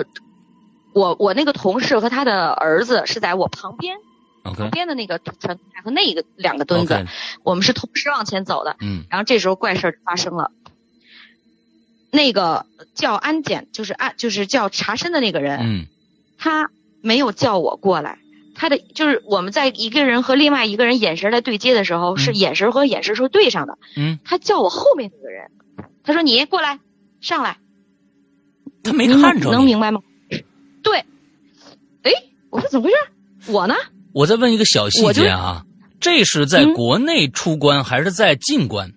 [SPEAKER 2] 我我那个同事和他的儿子是在我旁边旁 [laughs]
[SPEAKER 1] ，OK
[SPEAKER 2] 边的那个传送带和那个两个墩子
[SPEAKER 1] OK，
[SPEAKER 2] 我们是同时往前走的，
[SPEAKER 1] 嗯
[SPEAKER 2] 然后这时候怪事儿发生了，那个叫安检就是安就是叫查身的那个人，
[SPEAKER 1] 嗯
[SPEAKER 2] 他没有叫我过来，他的就是我们在一个人和另外一个人眼神在对接的时候，
[SPEAKER 1] 嗯
[SPEAKER 2] 是眼神和眼神是对上的。
[SPEAKER 1] 嗯，
[SPEAKER 2] 他叫我后面那个人，他说你过来，上来，
[SPEAKER 1] 他没
[SPEAKER 2] 能
[SPEAKER 1] 看着
[SPEAKER 2] 能
[SPEAKER 1] 你。
[SPEAKER 2] 明白吗？对，哎，我说怎么回事？我呢？
[SPEAKER 1] 我再问一个小细
[SPEAKER 2] 我就
[SPEAKER 1] 节啊，这是在
[SPEAKER 2] 嗯
[SPEAKER 1] 国内出关还是在进关？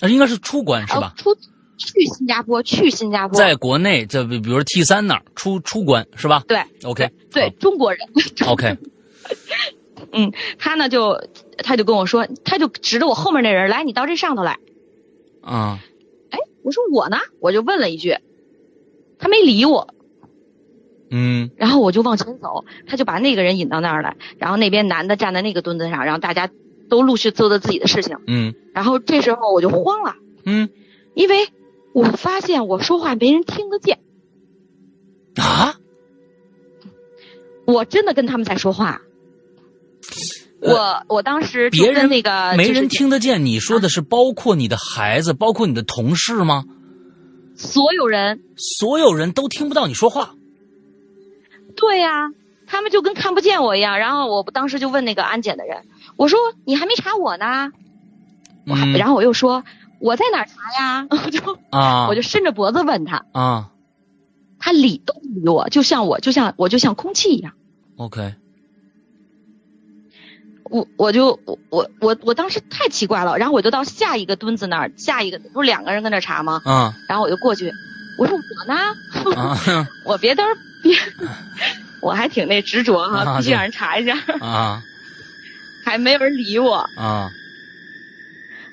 [SPEAKER 1] 啊，应该是出关是吧
[SPEAKER 2] 啊？出去新加坡，去新加坡，
[SPEAKER 1] 在国内，这比比如 T 三那儿出出关是吧
[SPEAKER 2] 对
[SPEAKER 1] ？OK
[SPEAKER 2] 对中国人，
[SPEAKER 1] OK，
[SPEAKER 2] [laughs] 他呢就他就跟我说，他就指着我后面那人来，你到这上头来。
[SPEAKER 1] 啊
[SPEAKER 2] 我说我呢，我就问了一句，他没理我。
[SPEAKER 1] 嗯
[SPEAKER 2] 然后我就往前走，他就把那个人引到那儿来，然后那边男的站在那个墩子上，然后大家都陆续做着自己的事情，
[SPEAKER 1] 嗯
[SPEAKER 2] 然后这时候我就慌了，
[SPEAKER 1] 嗯
[SPEAKER 2] 因为我发现我说话没人听得见，
[SPEAKER 1] 啊，
[SPEAKER 2] 我真的跟他们在说话。我我当时就
[SPEAKER 1] 呃别人
[SPEAKER 2] 跟那个
[SPEAKER 1] 没
[SPEAKER 2] 就是啊
[SPEAKER 1] 人听得见。你说的是包括你的孩子，包括你的同事吗？
[SPEAKER 2] 所有人，
[SPEAKER 1] 所有人都听不到你说话。
[SPEAKER 2] 对呀、他们就跟看不见我一样。然后我当时就问那个安检的人，我说你还没查我呢，我还
[SPEAKER 1] 嗯
[SPEAKER 2] 然后我又说我在哪儿查呀？我就
[SPEAKER 1] 啊
[SPEAKER 2] 我就伸着脖子问他。
[SPEAKER 1] 啊
[SPEAKER 2] 他理都不理我，就像我，就像我，就像空气一样。
[SPEAKER 1] ，OK，
[SPEAKER 2] 我我就我我我我当时太奇怪了，然后我就到下一个墩子那儿，下一个不是两个人跟那儿查吗？
[SPEAKER 1] 啊
[SPEAKER 2] 然后我就过去，我说我呢，
[SPEAKER 1] 啊 [laughs]
[SPEAKER 2] 我别嘚儿别，我还挺那执着哈、
[SPEAKER 1] 啊
[SPEAKER 2] 必须
[SPEAKER 1] 对
[SPEAKER 2] 让人查一下， [laughs]
[SPEAKER 1] 啊
[SPEAKER 2] 还没有人理我，
[SPEAKER 1] 啊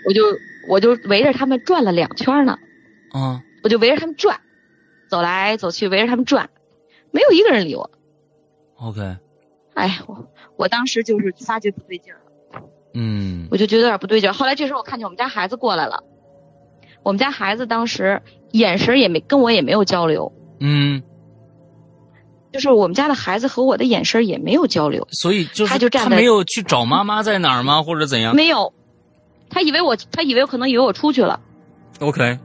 [SPEAKER 2] 我就我就围着他们转了两圈呢，
[SPEAKER 1] 啊！
[SPEAKER 2] 我就围着他们转，走来走去围着他们转，没有一个人理我，
[SPEAKER 1] OK，
[SPEAKER 2] 哎，我我当时就是发觉不对劲儿。
[SPEAKER 1] 嗯
[SPEAKER 2] 我就觉得有点不对劲儿。后来这时候我看见我们家孩子过来了，我们家孩子当时眼神也没跟我也没有交流，
[SPEAKER 1] 嗯，
[SPEAKER 2] 就是我们家的孩子和我的眼神也没有交流，
[SPEAKER 1] 所以就是
[SPEAKER 2] 他就站
[SPEAKER 1] 他
[SPEAKER 2] 在
[SPEAKER 1] 没有去找妈妈在哪儿吗，或者怎样
[SPEAKER 2] 没有。他以为我，他以为我可能以为我出去了，
[SPEAKER 1] ？OK，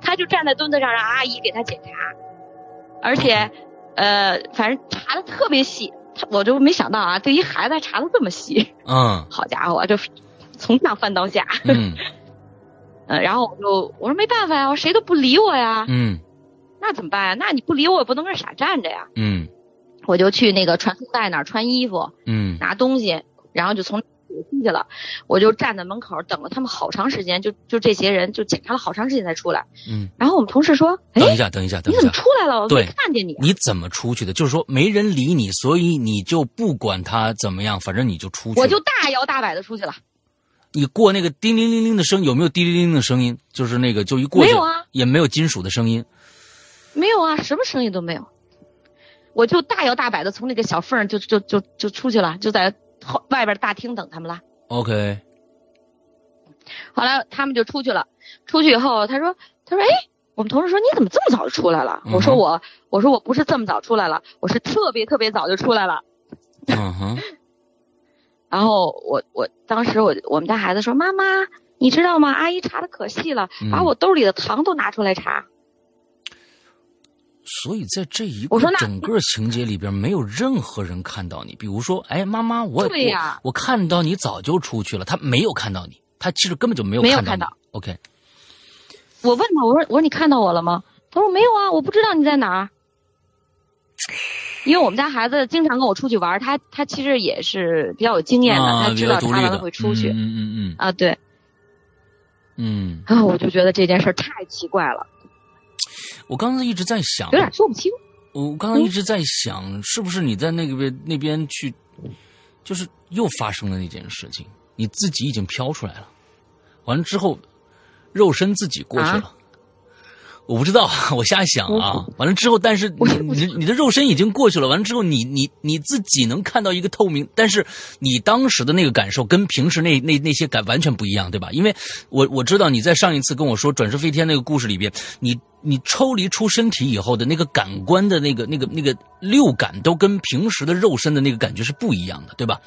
[SPEAKER 2] 他就站在墩子上让阿姨给他检查，而且，呃，反正查的特别细，他我就没想到啊，对于孩子还查的这么细，
[SPEAKER 1] 嗯
[SPEAKER 2] 好家伙，就从上翻到下， [laughs]
[SPEAKER 1] 嗯
[SPEAKER 2] 嗯、然后我就我说没办法呀，谁都不理我呀，
[SPEAKER 1] 嗯
[SPEAKER 2] 那怎么办呀？那你不理我，也不能跟人傻站着呀。
[SPEAKER 1] 嗯
[SPEAKER 2] 我就去那个传送带那儿穿衣服、
[SPEAKER 1] 嗯
[SPEAKER 2] 拿东西，然后就从进去了。我就站在门口等了他们好长时间，就就这些人就检查了好长时间才出来。
[SPEAKER 1] 嗯，
[SPEAKER 2] 然后我们同事说：“哎，
[SPEAKER 1] 等一下，等一下，等
[SPEAKER 2] 你
[SPEAKER 1] 一
[SPEAKER 2] 怎么
[SPEAKER 1] 下，
[SPEAKER 2] 出来了？我
[SPEAKER 1] 对
[SPEAKER 2] 没看见你。啊
[SPEAKER 1] 你怎么出去的？就是说没人理你，所以你就不管他怎么样，反正你就出”去了。
[SPEAKER 2] 我就大摇大摆的出去了。
[SPEAKER 1] 你过那个叮铃铃铃的声，有没有叮铃铃的声音？就是那个就一过去
[SPEAKER 2] 没有啊，
[SPEAKER 1] 也没有金属的声音。
[SPEAKER 2] 没有啊，什么声音都没有。我就大摇大摆的从那个小缝儿就就就就出去了，就在后外边大厅等他们了。
[SPEAKER 1] OK，
[SPEAKER 2] 后来他们就出去了，出去以后他说他说哎，我们同事说你怎么这么早就出来了？
[SPEAKER 1] 嗯哼
[SPEAKER 2] 我说我我说我不是这么早出来了，我是特别特别早就出来了。
[SPEAKER 1] 嗯哼，
[SPEAKER 2] 然后我我当时我我们家孩子说妈妈你知道吗？阿姨查的可细了，
[SPEAKER 1] 嗯
[SPEAKER 2] 把我兜里的糖都拿出来查。
[SPEAKER 1] 所以在这一
[SPEAKER 2] 我
[SPEAKER 1] 个
[SPEAKER 2] 说那
[SPEAKER 1] 整个情节里边，没有任何人看到你。比如说，哎，妈妈，我
[SPEAKER 2] 对呀
[SPEAKER 1] 我我看到你早就出去了，他没有看到你，他其实根本就没有
[SPEAKER 2] 没有
[SPEAKER 1] 看到
[SPEAKER 2] 看
[SPEAKER 1] 你。
[SPEAKER 2] 到
[SPEAKER 1] OK，
[SPEAKER 2] 我问他，我说我说你看到我了吗？他说没有啊，我不知道你在哪儿。因为我们家孩子经常跟我出去玩儿，他他其实也是比较有经验的，
[SPEAKER 1] 啊，
[SPEAKER 2] 他
[SPEAKER 1] 比
[SPEAKER 2] 知
[SPEAKER 1] 较
[SPEAKER 2] 道
[SPEAKER 1] 独
[SPEAKER 2] 查
[SPEAKER 1] 立
[SPEAKER 2] 完
[SPEAKER 1] 的
[SPEAKER 2] 了会出去、
[SPEAKER 1] 嗯嗯嗯
[SPEAKER 2] 啊。对，
[SPEAKER 1] 嗯
[SPEAKER 2] [laughs] 然啊后我就觉得这件事儿太奇怪了，
[SPEAKER 1] 嗯。我刚才一直在想，啊
[SPEAKER 2] 有点说不清。
[SPEAKER 1] 我刚刚一直在想，是不是你在那个边那边去，就是又发生了那件事情，你自己已经飘出来了，完了之后，肉身自己过去了。我不知道，我瞎想啊。完了之后，但是
[SPEAKER 2] 我
[SPEAKER 1] 你嗯你你的肉身已经过去了，完了之后你，你你自己能看到一个透明，但是你当时的那个感受跟平时那那那些感完全不一样，对吧？因为我我知道你在上一次跟我说转世飞天那个故事里边，你你抽离出身体以后的那个感官的那个那个那个六感都跟平时的肉身的那个感觉是不一样的，对吧？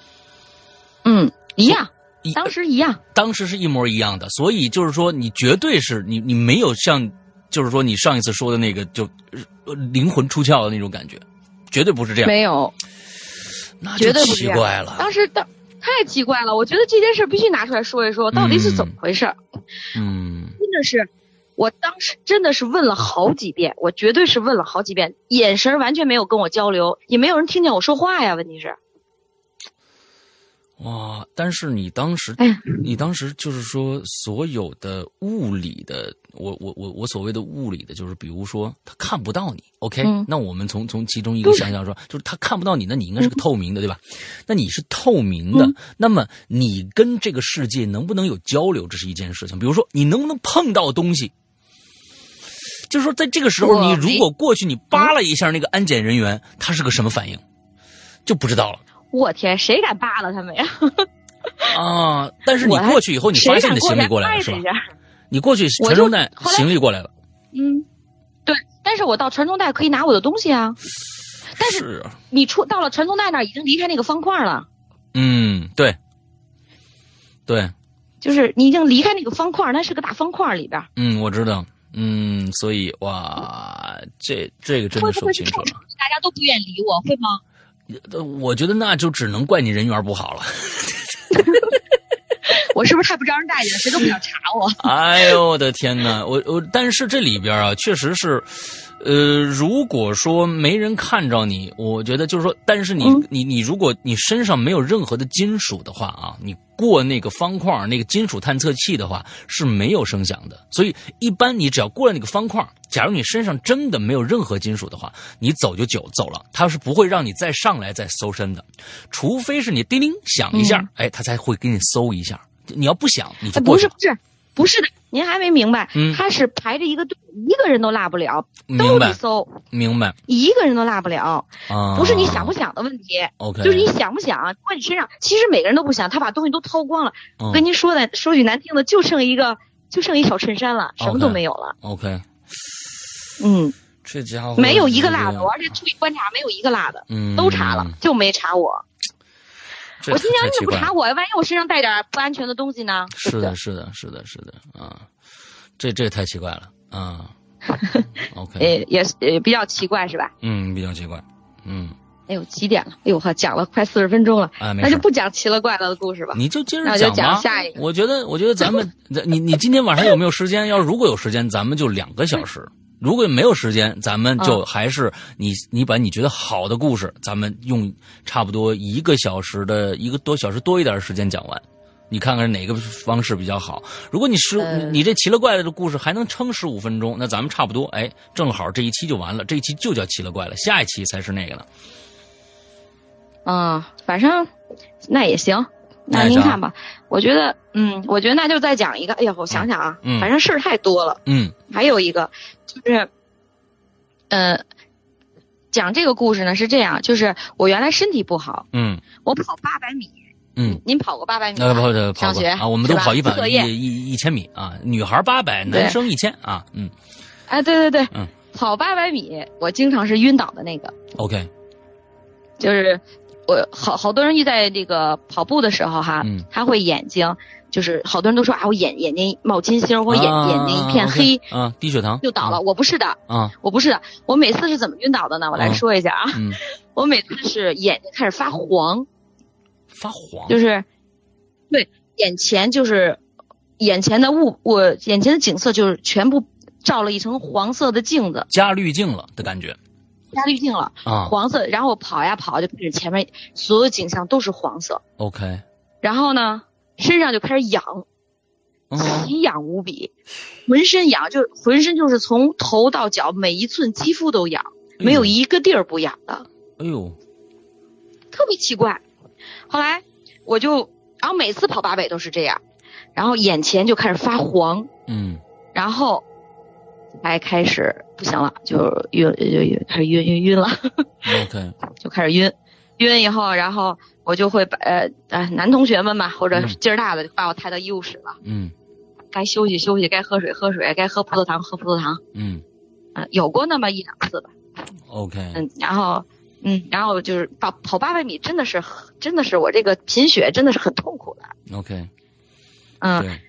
[SPEAKER 2] 嗯，一样，
[SPEAKER 1] 一
[SPEAKER 2] 当时一样。
[SPEAKER 1] 当时是一模一样的，所以就是说，你绝对是你，你没有像，就是说你上一次说的那个就呃灵魂出窍的那种感觉，绝对不啊是这样，
[SPEAKER 2] 没有，
[SPEAKER 1] 那就
[SPEAKER 2] 绝对不是
[SPEAKER 1] 奇
[SPEAKER 2] 这样
[SPEAKER 1] 怪了。
[SPEAKER 2] 当时当太奇怪了，我觉得这件事必须拿出来说一说，到底是怎么回事儿？
[SPEAKER 1] 嗯
[SPEAKER 2] 真的是，我当时真的是问了好几遍，我绝对是问了好几遍，眼神儿完全没有跟我交流，也没有人听见我说话呀。问题是，
[SPEAKER 1] 哇，但是你当时，
[SPEAKER 2] 哎呀
[SPEAKER 1] 你当时就是说所有的物理的，我我我我所谓的物理的，就是比如说他看不到你，OK，、
[SPEAKER 2] 嗯
[SPEAKER 1] 那我们从从其中一个
[SPEAKER 2] 对嗯
[SPEAKER 1] 想想说，就是他看不到你，那你应该是个透明的，对吧？那你是透明的，那么你跟这个世界能不能有交流，这是一件事情。比如说你能不能碰到东西，就是说在这个时候，
[SPEAKER 2] 我
[SPEAKER 1] 你如果过去你扒拉一下那个安检人员，他是个什么反应，就不知道了。
[SPEAKER 2] 我天，谁敢扒拉他们呀？
[SPEAKER 1] 啊！ [laughs] 但是你
[SPEAKER 2] 我还
[SPEAKER 1] 过去以后，你发
[SPEAKER 2] [laughs] 谁
[SPEAKER 1] 现你
[SPEAKER 2] 敢
[SPEAKER 1] 的行李
[SPEAKER 2] 来
[SPEAKER 1] 过来
[SPEAKER 2] 拍
[SPEAKER 1] 了是吧
[SPEAKER 2] 一？下？
[SPEAKER 1] 你过去
[SPEAKER 2] 我
[SPEAKER 1] 传
[SPEAKER 2] 就
[SPEAKER 1] 送带
[SPEAKER 2] 后来
[SPEAKER 1] 行李过来了，
[SPEAKER 2] 嗯，对，但是我到传送带可以拿我的东西啊。但是
[SPEAKER 1] 是啊
[SPEAKER 2] 你出到了传送带那儿，已经离开那个方块了，
[SPEAKER 1] 嗯，对，对，
[SPEAKER 2] 就是你已经离开那个方块，那是个大方块里边儿，
[SPEAKER 1] 嗯，我知道，嗯，所以哇，这这个真
[SPEAKER 2] 会
[SPEAKER 1] 的
[SPEAKER 2] 不
[SPEAKER 1] 说
[SPEAKER 2] 会
[SPEAKER 1] 清
[SPEAKER 2] 是
[SPEAKER 1] 楚
[SPEAKER 2] 正
[SPEAKER 1] 了
[SPEAKER 2] 常。大家都不愿意理我，会吗？
[SPEAKER 1] 呃我觉得那就只能怪你人缘不好了。
[SPEAKER 2] [laughs] 我是不是太不招人待见了？谁都不想查我。
[SPEAKER 1] 哎呦我的天哪！我我，但是这里边啊，确实是，呃，如果说没人看着你，我觉得就是说，但是你、
[SPEAKER 2] 嗯
[SPEAKER 1] 你你，如果你身上没有任何的金属的话啊，你过那个方块儿那个金属探测器的话是没有声响的。所以一般你只要过了那个方块儿，假如你身上真的没有任何金属的话，你走就走走了，它是不会让你再上来再搜身的，除非是你叮铃响一下，哎，它才会给你搜一下。你要不响，你就
[SPEAKER 2] 嗯哎
[SPEAKER 1] 过
[SPEAKER 2] [laughs] 不
[SPEAKER 1] 去
[SPEAKER 2] 是
[SPEAKER 1] 了
[SPEAKER 2] 不是不是的，您还没明白，
[SPEAKER 1] 嗯
[SPEAKER 2] 他是排着一个队，一个人都落不了，
[SPEAKER 1] 明
[SPEAKER 2] 都
[SPEAKER 1] 白
[SPEAKER 2] 得。搜，
[SPEAKER 1] 明白
[SPEAKER 2] 一个人都落不了，
[SPEAKER 1] 啊，
[SPEAKER 2] 不是你想不想的问题。
[SPEAKER 1] OK，
[SPEAKER 2] 就是你想不想，关你身上，其实每个人都不想，他把东西都掏光了。
[SPEAKER 1] 嗯
[SPEAKER 2] 我跟您说的，说句难听的，就剩一个，就剩一小衬衫了，什么
[SPEAKER 1] OK
[SPEAKER 2] 都没有了。
[SPEAKER 1] OK，
[SPEAKER 2] 嗯，
[SPEAKER 1] 这家伙
[SPEAKER 2] 没有一个
[SPEAKER 1] 哦这
[SPEAKER 2] 落的，我而且注意观察，没有一个落的，
[SPEAKER 1] 嗯
[SPEAKER 2] 都查了，就没查我。
[SPEAKER 1] 这
[SPEAKER 2] 我心想
[SPEAKER 1] 太
[SPEAKER 2] 你
[SPEAKER 1] 奇
[SPEAKER 2] 怎么不
[SPEAKER 1] 怪了
[SPEAKER 2] 查我呀？万一我身上带点不安全的东西呢？对
[SPEAKER 1] 是
[SPEAKER 2] 不对
[SPEAKER 1] 的，是的，是的，是的啊，这这也太奇怪了
[SPEAKER 2] [laughs]
[SPEAKER 1] 啊，OK，
[SPEAKER 2] 呃，也是呃比较奇怪是吧？
[SPEAKER 1] 嗯，比较奇怪，嗯，
[SPEAKER 2] 哎呦，几点了？哎呦呵，讲了快四十分钟了，
[SPEAKER 1] 哎，没
[SPEAKER 2] 那
[SPEAKER 1] 事
[SPEAKER 2] 就
[SPEAKER 1] 儿，
[SPEAKER 2] 不讲奇了怪了的故事吧。
[SPEAKER 1] 你就接着
[SPEAKER 2] 那我就
[SPEAKER 1] 吧
[SPEAKER 2] 讲下一。个
[SPEAKER 1] [laughs] 我觉得，我觉得咱们，咱你你今天晚上有没有时间？要如果有时间，咱们就两个小时。如果没有时间，咱们就还是你你把你觉得好的故事，咱们用差不多一个小时的一个多小时多一点的时间讲完。你看看哪个方式比较好？如果你十、
[SPEAKER 2] 呃
[SPEAKER 1] 你这奇了怪了的故事还能撑十五分钟，那咱们差不多，哎，正好这一期就完了，这一期就叫奇了怪了，下一期才是那个呢。
[SPEAKER 2] 嗯，反正那也行，
[SPEAKER 1] 那
[SPEAKER 2] 那
[SPEAKER 1] 也
[SPEAKER 2] 您
[SPEAKER 1] 行
[SPEAKER 2] 看吧。我觉得，嗯，我觉得那就再讲一个。哎呦，我想想啊，
[SPEAKER 1] 嗯嗯
[SPEAKER 2] 反正事儿太多了。
[SPEAKER 1] 嗯
[SPEAKER 2] 还有一个就是，呃，讲这个故事呢是这样，就是我原来身体不好，
[SPEAKER 1] 嗯
[SPEAKER 2] 我跑八百米，
[SPEAKER 1] 嗯，
[SPEAKER 2] 您跑过八百米
[SPEAKER 1] 那
[SPEAKER 2] 吗？
[SPEAKER 1] 跑的跑
[SPEAKER 2] 上
[SPEAKER 1] 过
[SPEAKER 2] 学
[SPEAKER 1] 啊，我们都
[SPEAKER 2] 是吧
[SPEAKER 1] 跑一百
[SPEAKER 2] 作
[SPEAKER 1] 一
[SPEAKER 2] 业
[SPEAKER 1] 一一千米啊，女孩八百，
[SPEAKER 2] 对
[SPEAKER 1] 男生一千啊，嗯
[SPEAKER 2] 哎，对对对，
[SPEAKER 1] 嗯
[SPEAKER 2] 跑八百米，我经常是晕倒的那个，
[SPEAKER 1] ，OK，
[SPEAKER 2] 就是我好好多人遇在这个跑步的时候哈，
[SPEAKER 1] 嗯
[SPEAKER 2] 他会眼睛就是好多人都说啊，我眼眼睛冒金星，我眼、眼睛一片黑。
[SPEAKER 1] 啊，低血糖
[SPEAKER 2] 就倒了。我不是的，
[SPEAKER 1] 啊，
[SPEAKER 2] 我不是的，我每次是怎么晕倒的呢？我来
[SPEAKER 1] 嗯
[SPEAKER 2] 说一下啊，
[SPEAKER 1] 嗯，
[SPEAKER 2] [laughs] 我每次是眼睛开始发黄，
[SPEAKER 1] 发黄
[SPEAKER 2] 就是对眼前就是眼前的物，我眼前的景色就是全部照了一层黄色的镜子，
[SPEAKER 1] 加滤镜了的感觉
[SPEAKER 2] 加滤镜了，
[SPEAKER 1] 啊。
[SPEAKER 2] 黄色。然后我跑呀跑，就开始前面所有景象都是黄色，
[SPEAKER 1] OK，
[SPEAKER 2] 然后呢，身上就开始痒，
[SPEAKER 1] 嗯
[SPEAKER 2] 奇痒无比，浑身痒，就浑身就是从头到脚每一寸肌肤都痒，没有一个地儿不痒的。
[SPEAKER 1] 哎呦，
[SPEAKER 2] 特别奇怪。后来我就，然后每次跑八百都是这样，然后眼前就开始发黄，
[SPEAKER 1] 嗯，
[SPEAKER 2] 然后才开始不行了，就晕，就晕，开始晕晕晕了， [laughs]
[SPEAKER 1] OK，
[SPEAKER 2] 就开始晕，晕以后，然后我就会把呃呃男同学们嘛，或者
[SPEAKER 1] 嗯
[SPEAKER 2] 劲儿大的就把我抬到医务室了，
[SPEAKER 1] 嗯
[SPEAKER 2] 该休息休息，该喝水喝水，该喝葡萄糖喝葡萄糖，
[SPEAKER 1] 嗯
[SPEAKER 2] 嗯、有过那么一两次吧，
[SPEAKER 1] ，OK，
[SPEAKER 2] 嗯，然后。嗯，然后就是跑跑八百米，真的是很真的是我这个贫血真的是很痛苦的，
[SPEAKER 1] OK，
[SPEAKER 2] 嗯，
[SPEAKER 1] 对，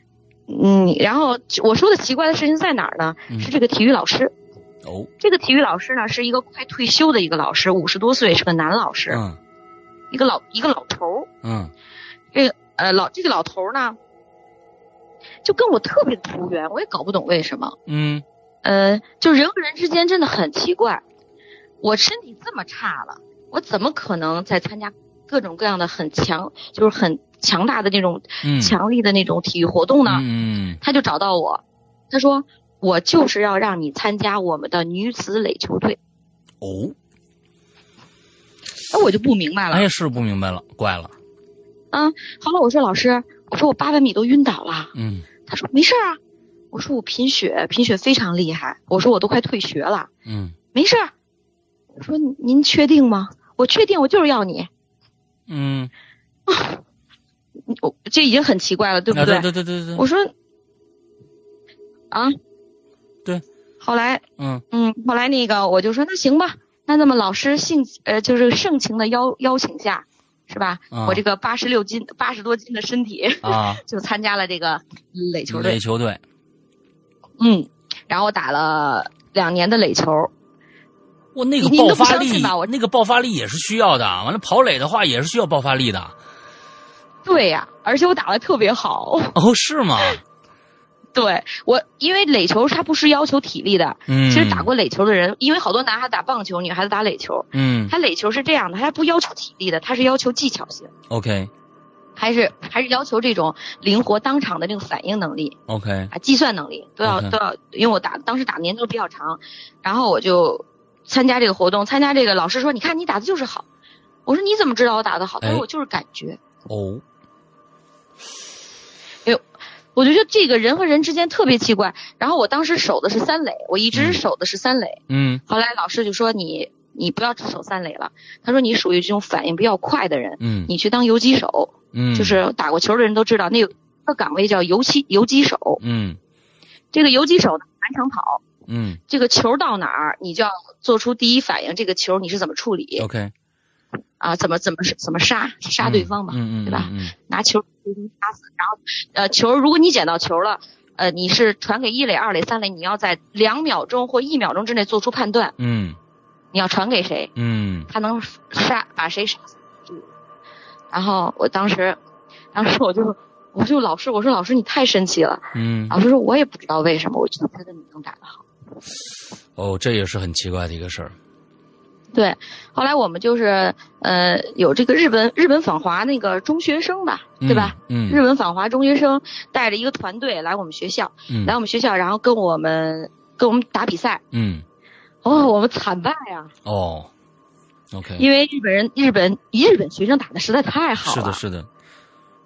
[SPEAKER 2] 嗯，然后我说的奇怪的事情在哪儿呢？
[SPEAKER 1] 嗯
[SPEAKER 2] 是这个体育老师，
[SPEAKER 1] 哦，
[SPEAKER 2] 这个体育老师呢是一个快退休的一个老师，五十多岁，是个男老师，
[SPEAKER 1] 嗯
[SPEAKER 2] 一个老一个老头儿。
[SPEAKER 1] 嗯
[SPEAKER 2] 呃，老这个老头儿呢，就跟我特别的无缘，我也搞不懂为什么。
[SPEAKER 1] 嗯
[SPEAKER 2] 呃，就人和人之间真的很奇怪。我身体这么差了，我怎么可能在参加各种各样的很强，就是很强大的那种
[SPEAKER 1] 嗯，
[SPEAKER 2] 强力的那种体育活动呢？
[SPEAKER 1] 嗯嗯
[SPEAKER 2] 他就找到我，他说我就是要让你参加我们的女子垒球队。嗯
[SPEAKER 1] 哦，
[SPEAKER 2] 哎，我就不明白了。
[SPEAKER 1] 哎，是不明白了，怪了，
[SPEAKER 2] 后来我说老师，我说我八百米都晕倒了。
[SPEAKER 1] 嗯
[SPEAKER 2] 他说没事儿啊。我说我贫血，贫血非常厉害。我说我都快退学了，
[SPEAKER 1] 嗯
[SPEAKER 2] 没事儿。我说您您确定吗？我确定，我就是要你。
[SPEAKER 1] 嗯，
[SPEAKER 2] 你我这已经很奇怪了，对不
[SPEAKER 1] 啊
[SPEAKER 2] 对？
[SPEAKER 1] 对对对对对，
[SPEAKER 2] 我说啊，
[SPEAKER 1] 对。
[SPEAKER 2] 后来
[SPEAKER 1] 嗯
[SPEAKER 2] 嗯，后来那个我就说那行吧，那那么老师性呃就是盛情的邀邀请下，是吧？
[SPEAKER 1] 啊
[SPEAKER 2] 我这个八十六斤八十多斤的身体
[SPEAKER 1] 啊，
[SPEAKER 2] 就参加了这个垒球
[SPEAKER 1] 垒
[SPEAKER 2] 队，
[SPEAKER 1] 球队，
[SPEAKER 2] 嗯，然后我打了两年的垒球，
[SPEAKER 1] 哇，那个
[SPEAKER 2] 你你
[SPEAKER 1] 爆
[SPEAKER 2] 都
[SPEAKER 1] 发
[SPEAKER 2] 不相信
[SPEAKER 1] 力
[SPEAKER 2] 吧我，
[SPEAKER 1] 那个爆发力也是需要的。完了，跑垒的话也是需要爆发力的。
[SPEAKER 2] 对呀、而且我打的特别好， [laughs]
[SPEAKER 1] 哦，是吗？
[SPEAKER 2] 对我因为垒球它不是要求体力的，
[SPEAKER 1] 嗯，
[SPEAKER 2] 其实打，过垒球的人，因为好多男孩打棒球，女孩子打垒球，
[SPEAKER 1] 嗯
[SPEAKER 2] 他垒球是这样的，他不要求体力的，他是要求技巧性，
[SPEAKER 1] ，OK
[SPEAKER 2] 还是还是要求这种灵活当场的这个反应能力。
[SPEAKER 1] OK，
[SPEAKER 2] 啊，计算能力都要
[SPEAKER 1] OK
[SPEAKER 2] 都要，因为我打当时打的年头比较长，然后我就参加这个活动，参加这个老师说，你看你打的就是好，我说你怎么知道我打的好？他
[SPEAKER 1] 哎
[SPEAKER 2] 说我就是感觉，
[SPEAKER 1] 哦，
[SPEAKER 2] 我就觉得这个人和人之间特别奇怪。然后我当时守的是三垒，我一
[SPEAKER 1] 嗯
[SPEAKER 2] 直守的是三垒，
[SPEAKER 1] 嗯
[SPEAKER 2] 后来老师就说你你不要只守三垒了，他说你属于这种反应比较快的人，
[SPEAKER 1] 嗯
[SPEAKER 2] 你去当游击手，
[SPEAKER 1] 嗯，
[SPEAKER 2] 就是打过球的人都知道那个。那岗位叫游击游击手，
[SPEAKER 1] 嗯
[SPEAKER 2] 这个游击手呢满场跑，
[SPEAKER 1] 嗯
[SPEAKER 2] 这个球到哪儿，你就要做出第一反应，这个球你是怎么处理
[SPEAKER 1] ，OK，
[SPEAKER 2] 啊？怎么怎么怎么杀杀
[SPEAKER 1] 哦嗯
[SPEAKER 2] 对方嘛？
[SPEAKER 1] 嗯嗯，
[SPEAKER 2] 对吧
[SPEAKER 1] 嗯？嗯
[SPEAKER 2] 拿球杀死，然后呃球，如果你捡到球了，呃你是传给一垒、二垒、三垒，你要在两秒钟或一秒钟之内做出判断，
[SPEAKER 1] 嗯
[SPEAKER 2] 你要传给谁，
[SPEAKER 1] 嗯
[SPEAKER 2] 他能杀把谁杀死。然后我当时，当时我就我就老师我说老师你太神奇了，
[SPEAKER 1] 嗯，
[SPEAKER 2] 老师说我也不知道为什么，我就觉得你能打得好。
[SPEAKER 1] 哦，这也是很奇怪的一个事儿。
[SPEAKER 2] 对，后来我们就是呃有这个日本日本访华那个中学生吧，
[SPEAKER 1] 嗯
[SPEAKER 2] 对吧？？
[SPEAKER 1] 嗯
[SPEAKER 2] 日本访华中学生带着一个团队来我们学校，
[SPEAKER 1] 嗯
[SPEAKER 2] 来我们学校，然后跟我们跟我们打比赛。
[SPEAKER 1] 嗯
[SPEAKER 2] 哦，我们惨败啊！
[SPEAKER 1] 哦，OK，
[SPEAKER 2] 因为日本人、日本日本学生打的实在太好
[SPEAKER 1] 是
[SPEAKER 2] 了，嗯
[SPEAKER 1] 的，是的，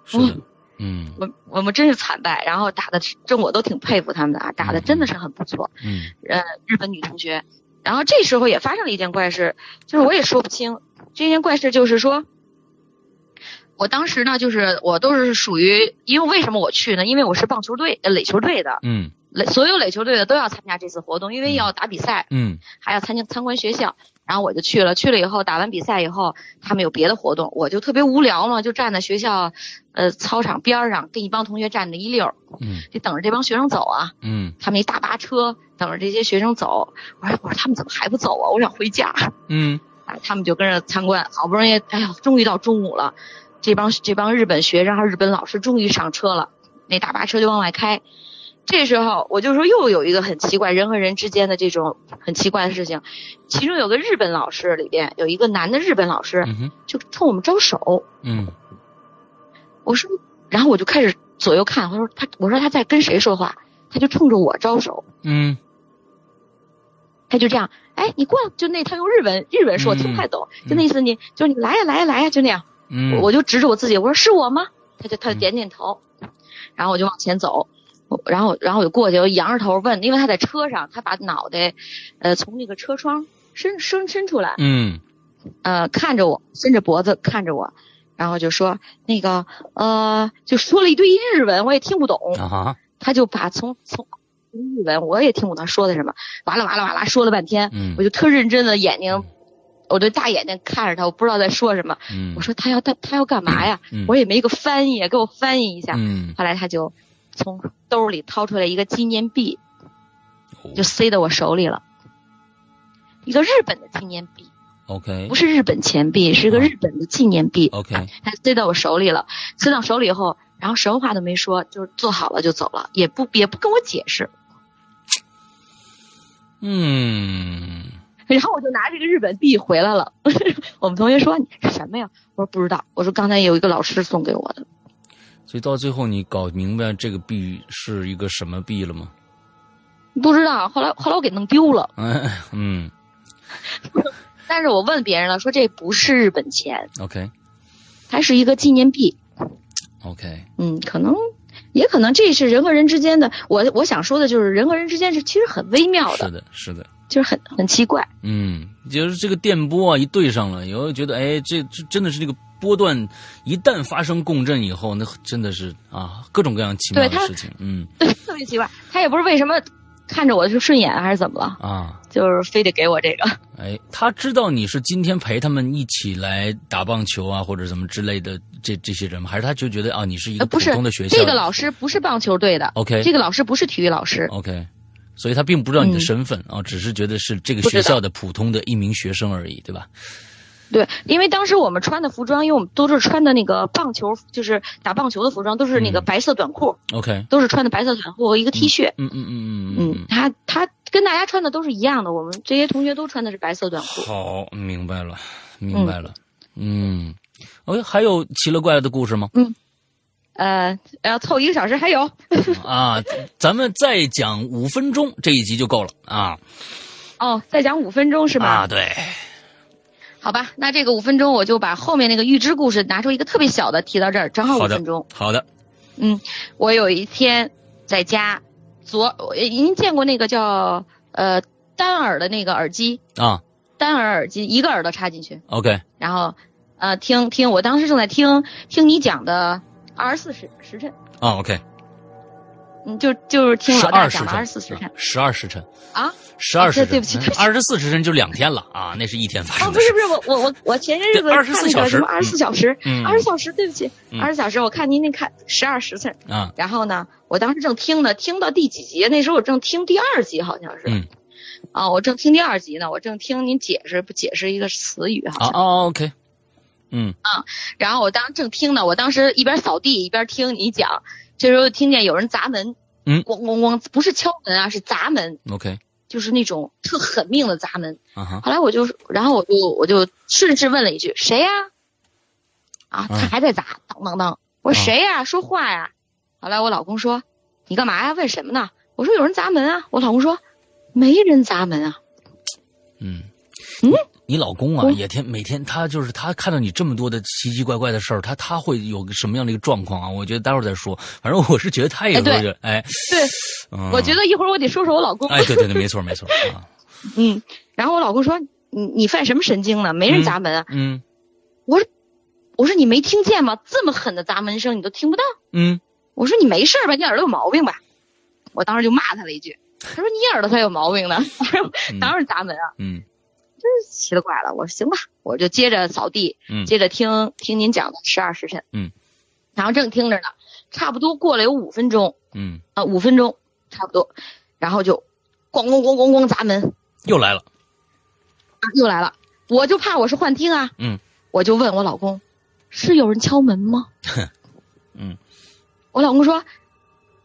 [SPEAKER 1] 是的，嗯
[SPEAKER 2] 我我们真是惨败，然后打的这我都挺佩服他们的啊，打的真的是很不错。
[SPEAKER 1] 嗯
[SPEAKER 2] 呃，日本女同学，然后这时候也发生了一件怪事，就是我也说不清这件怪事，就是说，我当时呢，就是我都是属于，因为为什么我去呢？因为我是棒球队呃垒球队的，
[SPEAKER 1] 嗯
[SPEAKER 2] 垒所有垒球队的都要参加这次活动，因为
[SPEAKER 1] 嗯
[SPEAKER 2] 要打比赛，
[SPEAKER 1] 嗯
[SPEAKER 2] 还要参加参观学校。然后我就去了，去了以后打完比赛以后，他们有别的活动，我就特别无聊嘛，就站在学校，呃，操场边儿上跟一帮同学站着一溜儿，
[SPEAKER 1] 嗯
[SPEAKER 2] 就等着这帮学生走啊。
[SPEAKER 1] 嗯
[SPEAKER 2] 他们一大巴车等着这些学生走，我说我说他们怎么还不走啊？我想回家。
[SPEAKER 1] 嗯
[SPEAKER 2] 啊，他们就跟着参观，好不容易，哎呀，终于到中午了，这帮这帮日本学生还有日本老师终于上车了，那大巴车就往外开。这时候我就说又有一个很奇怪人和人之间的这种很奇怪的事情，其中有个日本老师里边有一个男的日本老师
[SPEAKER 1] 嗯哼
[SPEAKER 2] 就冲我们招手，
[SPEAKER 1] 嗯
[SPEAKER 2] 我说，然后我就开始左右看，我说他我说他在跟谁说话，他就冲着我招手，
[SPEAKER 1] 嗯
[SPEAKER 2] 他就这样，哎，你过来，就那他用日文日文说，我听不太懂，就那意思你，就是你来呀来呀来呀，就那样。
[SPEAKER 1] 嗯，
[SPEAKER 2] 我我就指着我自己，我说是我吗？他就他就点点头，然后我就往前走，我然后然后我就过去，我仰着头问，因为他在车上，他把脑袋，呃，从那个车窗伸伸伸出来，
[SPEAKER 1] 嗯
[SPEAKER 2] 呃，看着我，伸着脖子看着我，然后就说那个呃，就说了一堆日文，我也听不懂，
[SPEAKER 1] 啊哈，
[SPEAKER 2] 他就把从从日文我也听不懂他说的什么，哇啦哇啦哇啦说了半天，
[SPEAKER 1] 嗯
[SPEAKER 2] 我就特认真的眼睛
[SPEAKER 1] 嗯，
[SPEAKER 2] 我的大眼睛看着他，我不知道在说什么，
[SPEAKER 1] 嗯
[SPEAKER 2] 我说他要他他要干嘛呀？
[SPEAKER 1] 嗯
[SPEAKER 2] 我也没个翻译，给我翻译一下。
[SPEAKER 1] 嗯
[SPEAKER 2] 后来他就从兜里掏出来一个纪念币，
[SPEAKER 1] 哦
[SPEAKER 2] 就塞到我手里了。一个日本的纪念币，
[SPEAKER 1] OK
[SPEAKER 2] 不是日本钱币，是个日本的纪念币。
[SPEAKER 1] 哦 OK
[SPEAKER 2] 他塞到我手里了，塞到手里以后，然后什么话都没说，就是做好了就走了，也不也不跟我解释。 [laughs]
[SPEAKER 1] 嗯
[SPEAKER 2] 然后我就拿这个日本币回来了。 [laughs] 我们同学说你是什么呀？我说不知道。我说刚才有一个老师送给我的。
[SPEAKER 1] 所以到最后，你搞明白这个币是一个什么币了吗？
[SPEAKER 2] 不知道，后来后来我给弄丢了，
[SPEAKER 1] 嗯
[SPEAKER 2] 但是我问别人了，说这不是日本钱，
[SPEAKER 1] ，OK
[SPEAKER 2] 它是一个纪念币。
[SPEAKER 1] OK，
[SPEAKER 2] 嗯，可能，也可能这是人和人之间的。我我想说的就是，人和人之间是其实很微妙的，
[SPEAKER 1] 是的，是的，
[SPEAKER 2] 就是很很奇怪。
[SPEAKER 1] 嗯，就是这个电波啊，一对上了，有时候觉得，哎，这这真的是这个波段，一旦发生共振以后，那真的是啊，各种各样奇妙
[SPEAKER 2] 对
[SPEAKER 1] 的
[SPEAKER 2] 它
[SPEAKER 1] 事情，嗯
[SPEAKER 2] 对， [laughs] 特别奇怪。他也不是为什么看着我就顺眼还是怎么了，
[SPEAKER 1] 啊，
[SPEAKER 2] 就是非得给我这个。
[SPEAKER 1] 哎，他知道你是今天陪他们一起来打棒球啊，或者什么之类的，这这些人吗？还是他就觉得啊，你是一个
[SPEAKER 2] 呃，
[SPEAKER 1] 普
[SPEAKER 2] 不是
[SPEAKER 1] 通的学，校？哦
[SPEAKER 2] 这个老师不是棒球队的
[SPEAKER 1] OK 哦
[SPEAKER 2] 这个老师不是体育老师。
[SPEAKER 1] OK，所以他并不知道你的
[SPEAKER 2] 嗯
[SPEAKER 1] 身份啊、只是觉得是这个
[SPEAKER 2] 不
[SPEAKER 1] 学
[SPEAKER 2] 知道
[SPEAKER 1] 校的普通的一名学生而已，对吧？
[SPEAKER 2] 对，因为当时我们穿的服装，因为我们都是穿的那个棒球，就是打棒球的服装，都是那个
[SPEAKER 1] 嗯
[SPEAKER 2] 白色短裤，
[SPEAKER 1] OK，
[SPEAKER 2] 都是穿的白色短裤和一个 T 恤。
[SPEAKER 1] 嗯嗯嗯嗯嗯
[SPEAKER 2] 嗯
[SPEAKER 1] 嗯，，
[SPEAKER 2] 他他跟大家穿的都是一样的，我们这些同学都穿的是白色短裤。
[SPEAKER 1] 好，明白了，明白了，嗯，哦，还有奇了怪了的故事吗？
[SPEAKER 2] 呃，要凑一个小时还有
[SPEAKER 1] 啊，咱们再讲五分钟，这一集就够了啊
[SPEAKER 2] 哦，再讲五分钟是吧？
[SPEAKER 1] 啊，对，
[SPEAKER 2] 好吧，那这个五分钟我就把后面那个预知故事拿出一个特别小的提到这儿，正好
[SPEAKER 1] 好
[SPEAKER 2] 五
[SPEAKER 1] 的
[SPEAKER 2] 分钟。
[SPEAKER 1] 好的，
[SPEAKER 2] 我有一天在家，左呃您见过那个叫呃单耳的那个耳机，
[SPEAKER 1] 啊
[SPEAKER 2] 单耳耳机一个耳朵插进去，
[SPEAKER 1] ，OK，
[SPEAKER 2] 然后呃听听，我当时正在听听你讲的二十四时时辰，
[SPEAKER 1] 啊，OK，
[SPEAKER 2] 嗯，就就是听
[SPEAKER 1] 十
[SPEAKER 2] 老大
[SPEAKER 1] 二时
[SPEAKER 2] 讲的
[SPEAKER 1] 辰，嗯
[SPEAKER 2] 二十四时辰，
[SPEAKER 1] 十二时辰
[SPEAKER 2] 啊，
[SPEAKER 1] 十二时辰，
[SPEAKER 2] 对对不起对不起
[SPEAKER 1] 二十四时辰就两天了啊，那是一天 [laughs] 发
[SPEAKER 2] 哦，
[SPEAKER 1] 生
[SPEAKER 2] 不
[SPEAKER 1] 的
[SPEAKER 2] 是
[SPEAKER 1] 事，
[SPEAKER 2] 不是，我我我我前些日子
[SPEAKER 1] 对
[SPEAKER 2] 看
[SPEAKER 1] 24
[SPEAKER 2] 那
[SPEAKER 1] 小
[SPEAKER 2] 个
[SPEAKER 1] 时
[SPEAKER 2] 什么二十四小时
[SPEAKER 1] 嗯，
[SPEAKER 2] 二十小时，对不起，
[SPEAKER 1] 嗯
[SPEAKER 2] 二十小时，我看您那看十二时辰，
[SPEAKER 1] 啊，
[SPEAKER 2] 然后呢，我当时正听呢，听到第几集？那时候我正听第二集，好像是，
[SPEAKER 1] 嗯
[SPEAKER 2] 啊，我正听第二集呢，我正听您解释不解释一个词语
[SPEAKER 1] 啊
[SPEAKER 2] 哈，
[SPEAKER 1] 啊，OK，嗯
[SPEAKER 2] 然后我当时正听呢，我当时一边扫地一边听你讲，这时候听见有人砸门，
[SPEAKER 1] 嗯
[SPEAKER 2] 咣咣咣，不是敲门啊，是砸门，
[SPEAKER 1] ，OK，
[SPEAKER 2] 就是那种特狠命的砸门，
[SPEAKER 1] 啊哈，
[SPEAKER 2] 后来我就，然后我就我就顺势问了一句：“谁呀、啊？”他
[SPEAKER 1] 嗯
[SPEAKER 2] 还在砸，当当当。我说：“
[SPEAKER 1] 啊
[SPEAKER 2] 谁呀、说话呀、后来我老公说：“你干嘛呀？问什么呢？”我说：“有人砸门啊。”我老公说：“没人砸门啊。
[SPEAKER 1] 嗯
[SPEAKER 2] 嗯，
[SPEAKER 1] 你老公啊，
[SPEAKER 2] 我
[SPEAKER 1] 也天每天他就是他看到你这么多的奇奇怪怪的事儿，他他会有个什么样的一个状况啊？我觉得待会儿再说，反正我是觉得他也
[SPEAKER 2] 哎对
[SPEAKER 1] 会是哎，
[SPEAKER 2] 对，
[SPEAKER 1] 嗯
[SPEAKER 2] 我觉得一会儿我得说说我老公。
[SPEAKER 1] 哎，对对对，没错没错啊，
[SPEAKER 2] 嗯，然后我老公说：“你你犯什么神经呢？没人砸门啊。
[SPEAKER 1] 嗯
[SPEAKER 2] 我说：“你没听见吗？这么狠的砸门声你都听不到。
[SPEAKER 1] 嗯，”
[SPEAKER 2] 我说：“你没事儿吧？你耳朵有毛病吧？”我当时就骂他了一句。他说：“你耳朵才有毛病呢，哪有 [laughs]
[SPEAKER 1] 嗯
[SPEAKER 2] 哪有人砸门啊？”
[SPEAKER 1] 嗯
[SPEAKER 2] 真是奇了怪了。我说行吧，我就接着扫地，
[SPEAKER 1] 嗯
[SPEAKER 2] 接着听听您讲的十二时辰。
[SPEAKER 1] 嗯，
[SPEAKER 2] 然后正听着呢，差不多过了有五分钟
[SPEAKER 1] 嗯，
[SPEAKER 2] 啊，五分钟差不多，然后就咣咣咣咣咣砸门，
[SPEAKER 1] 又来了，
[SPEAKER 2] 啊又来了，我就怕我是幻听啊。
[SPEAKER 1] 嗯，？
[SPEAKER 2] 我就问我老公，是有人敲门吗
[SPEAKER 1] [laughs] 嗯，
[SPEAKER 2] 我老公说，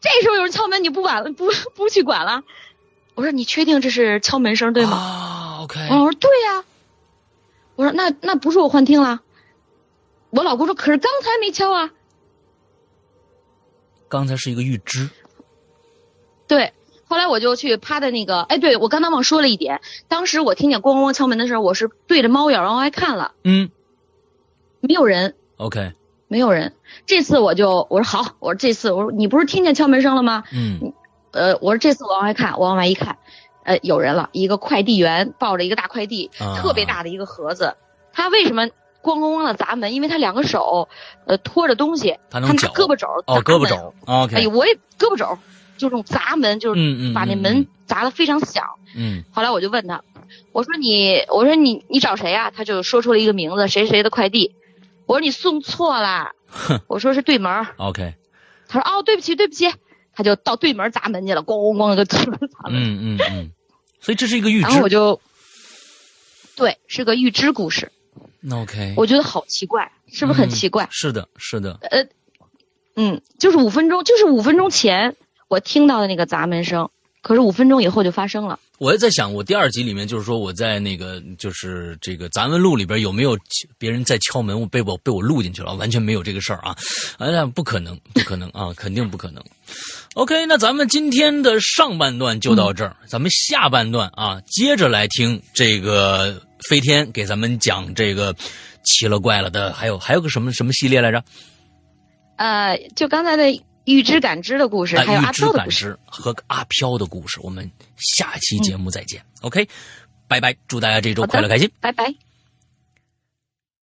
[SPEAKER 2] 这时候有人敲门，你不管了，不不去管了。我说你确定这是敲门声对嗯吗？
[SPEAKER 1] 啊，OK，
[SPEAKER 2] 我说对呀、我说那那不是我幻听了。我老公说，可是刚才没敲啊。
[SPEAKER 1] 刚才是一个预知，
[SPEAKER 2] 对，后来我就去趴在那个，哎，对我刚才忘说了一点，当时我听见咣咣敲门的时候，我是对着猫眼往外看了，
[SPEAKER 1] 嗯
[SPEAKER 2] 没有人，
[SPEAKER 1] ，OK，
[SPEAKER 2] 没有人。这次我就我说好，我说这次我说你不是听见敲门声了吗？
[SPEAKER 1] 嗯
[SPEAKER 2] 呃，我说这次我往外看，我往外一看，呃，有人了，一个快递员抱着一个大快递，
[SPEAKER 1] 啊
[SPEAKER 2] 特别大的一个盒子。他为什么咣咣咣的砸门？因为他两个手，呃，拖着东西，
[SPEAKER 1] 他能
[SPEAKER 2] 他拿
[SPEAKER 1] 搅
[SPEAKER 2] 胳膊肘儿
[SPEAKER 1] 哦，
[SPEAKER 2] 砸
[SPEAKER 1] 胳膊
[SPEAKER 2] 门
[SPEAKER 1] 肘儿，OK，
[SPEAKER 2] 哎呦，我也胳膊肘儿，就这种砸门，就是
[SPEAKER 1] 嗯嗯，
[SPEAKER 2] 把那
[SPEAKER 1] 嗯
[SPEAKER 2] 门，砸得非常响。
[SPEAKER 1] 嗯
[SPEAKER 2] 后来我就问他，我说你，我说你，你找谁啊？他就说出了一个名字，谁谁的快递。我说你送错啦，我说是对门儿。
[SPEAKER 1] 嗯，OK，
[SPEAKER 2] 他说哦，对不起，对不起。他就到对门儿砸门去了，咣咣咣就砸门。
[SPEAKER 1] 嗯嗯嗯，所以这是一个预
[SPEAKER 2] 然后我
[SPEAKER 1] 知
[SPEAKER 2] 就，对，是个预知故事。
[SPEAKER 1] ，OK，
[SPEAKER 2] 我觉得好奇怪，是不是很
[SPEAKER 1] 嗯
[SPEAKER 2] 奇怪？
[SPEAKER 1] 是的，是的，
[SPEAKER 2] 嗯，就是五分钟，就是五分钟前我听到的那个砸门声，可是五分钟以后就发生了。
[SPEAKER 1] 我也在想，我第二集里面就是说，我在那个就是这个《咱们录》里边有没有别人在敲门，我被我被我录进去了，完全没有这个事儿啊！哎呀，不可能，不可能啊，肯定不可能。OK，那咱们今天的上半段就到这儿，
[SPEAKER 2] 嗯
[SPEAKER 1] 咱们下半段啊，接着来听这个飞天给咱们讲这个奇了怪了的，还有还有个什么什么系列来着？
[SPEAKER 2] 呃，就刚才的预知感知的故事，
[SPEAKER 1] 啊，
[SPEAKER 2] 还有阿
[SPEAKER 1] 预知
[SPEAKER 2] 飘的
[SPEAKER 1] 感
[SPEAKER 2] 故事。嗯
[SPEAKER 1] 知和阿飘的故事，我们下期节目再见。OK，拜拜，祝大家这周
[SPEAKER 2] 好的
[SPEAKER 1] 快乐开心。
[SPEAKER 2] 拜拜。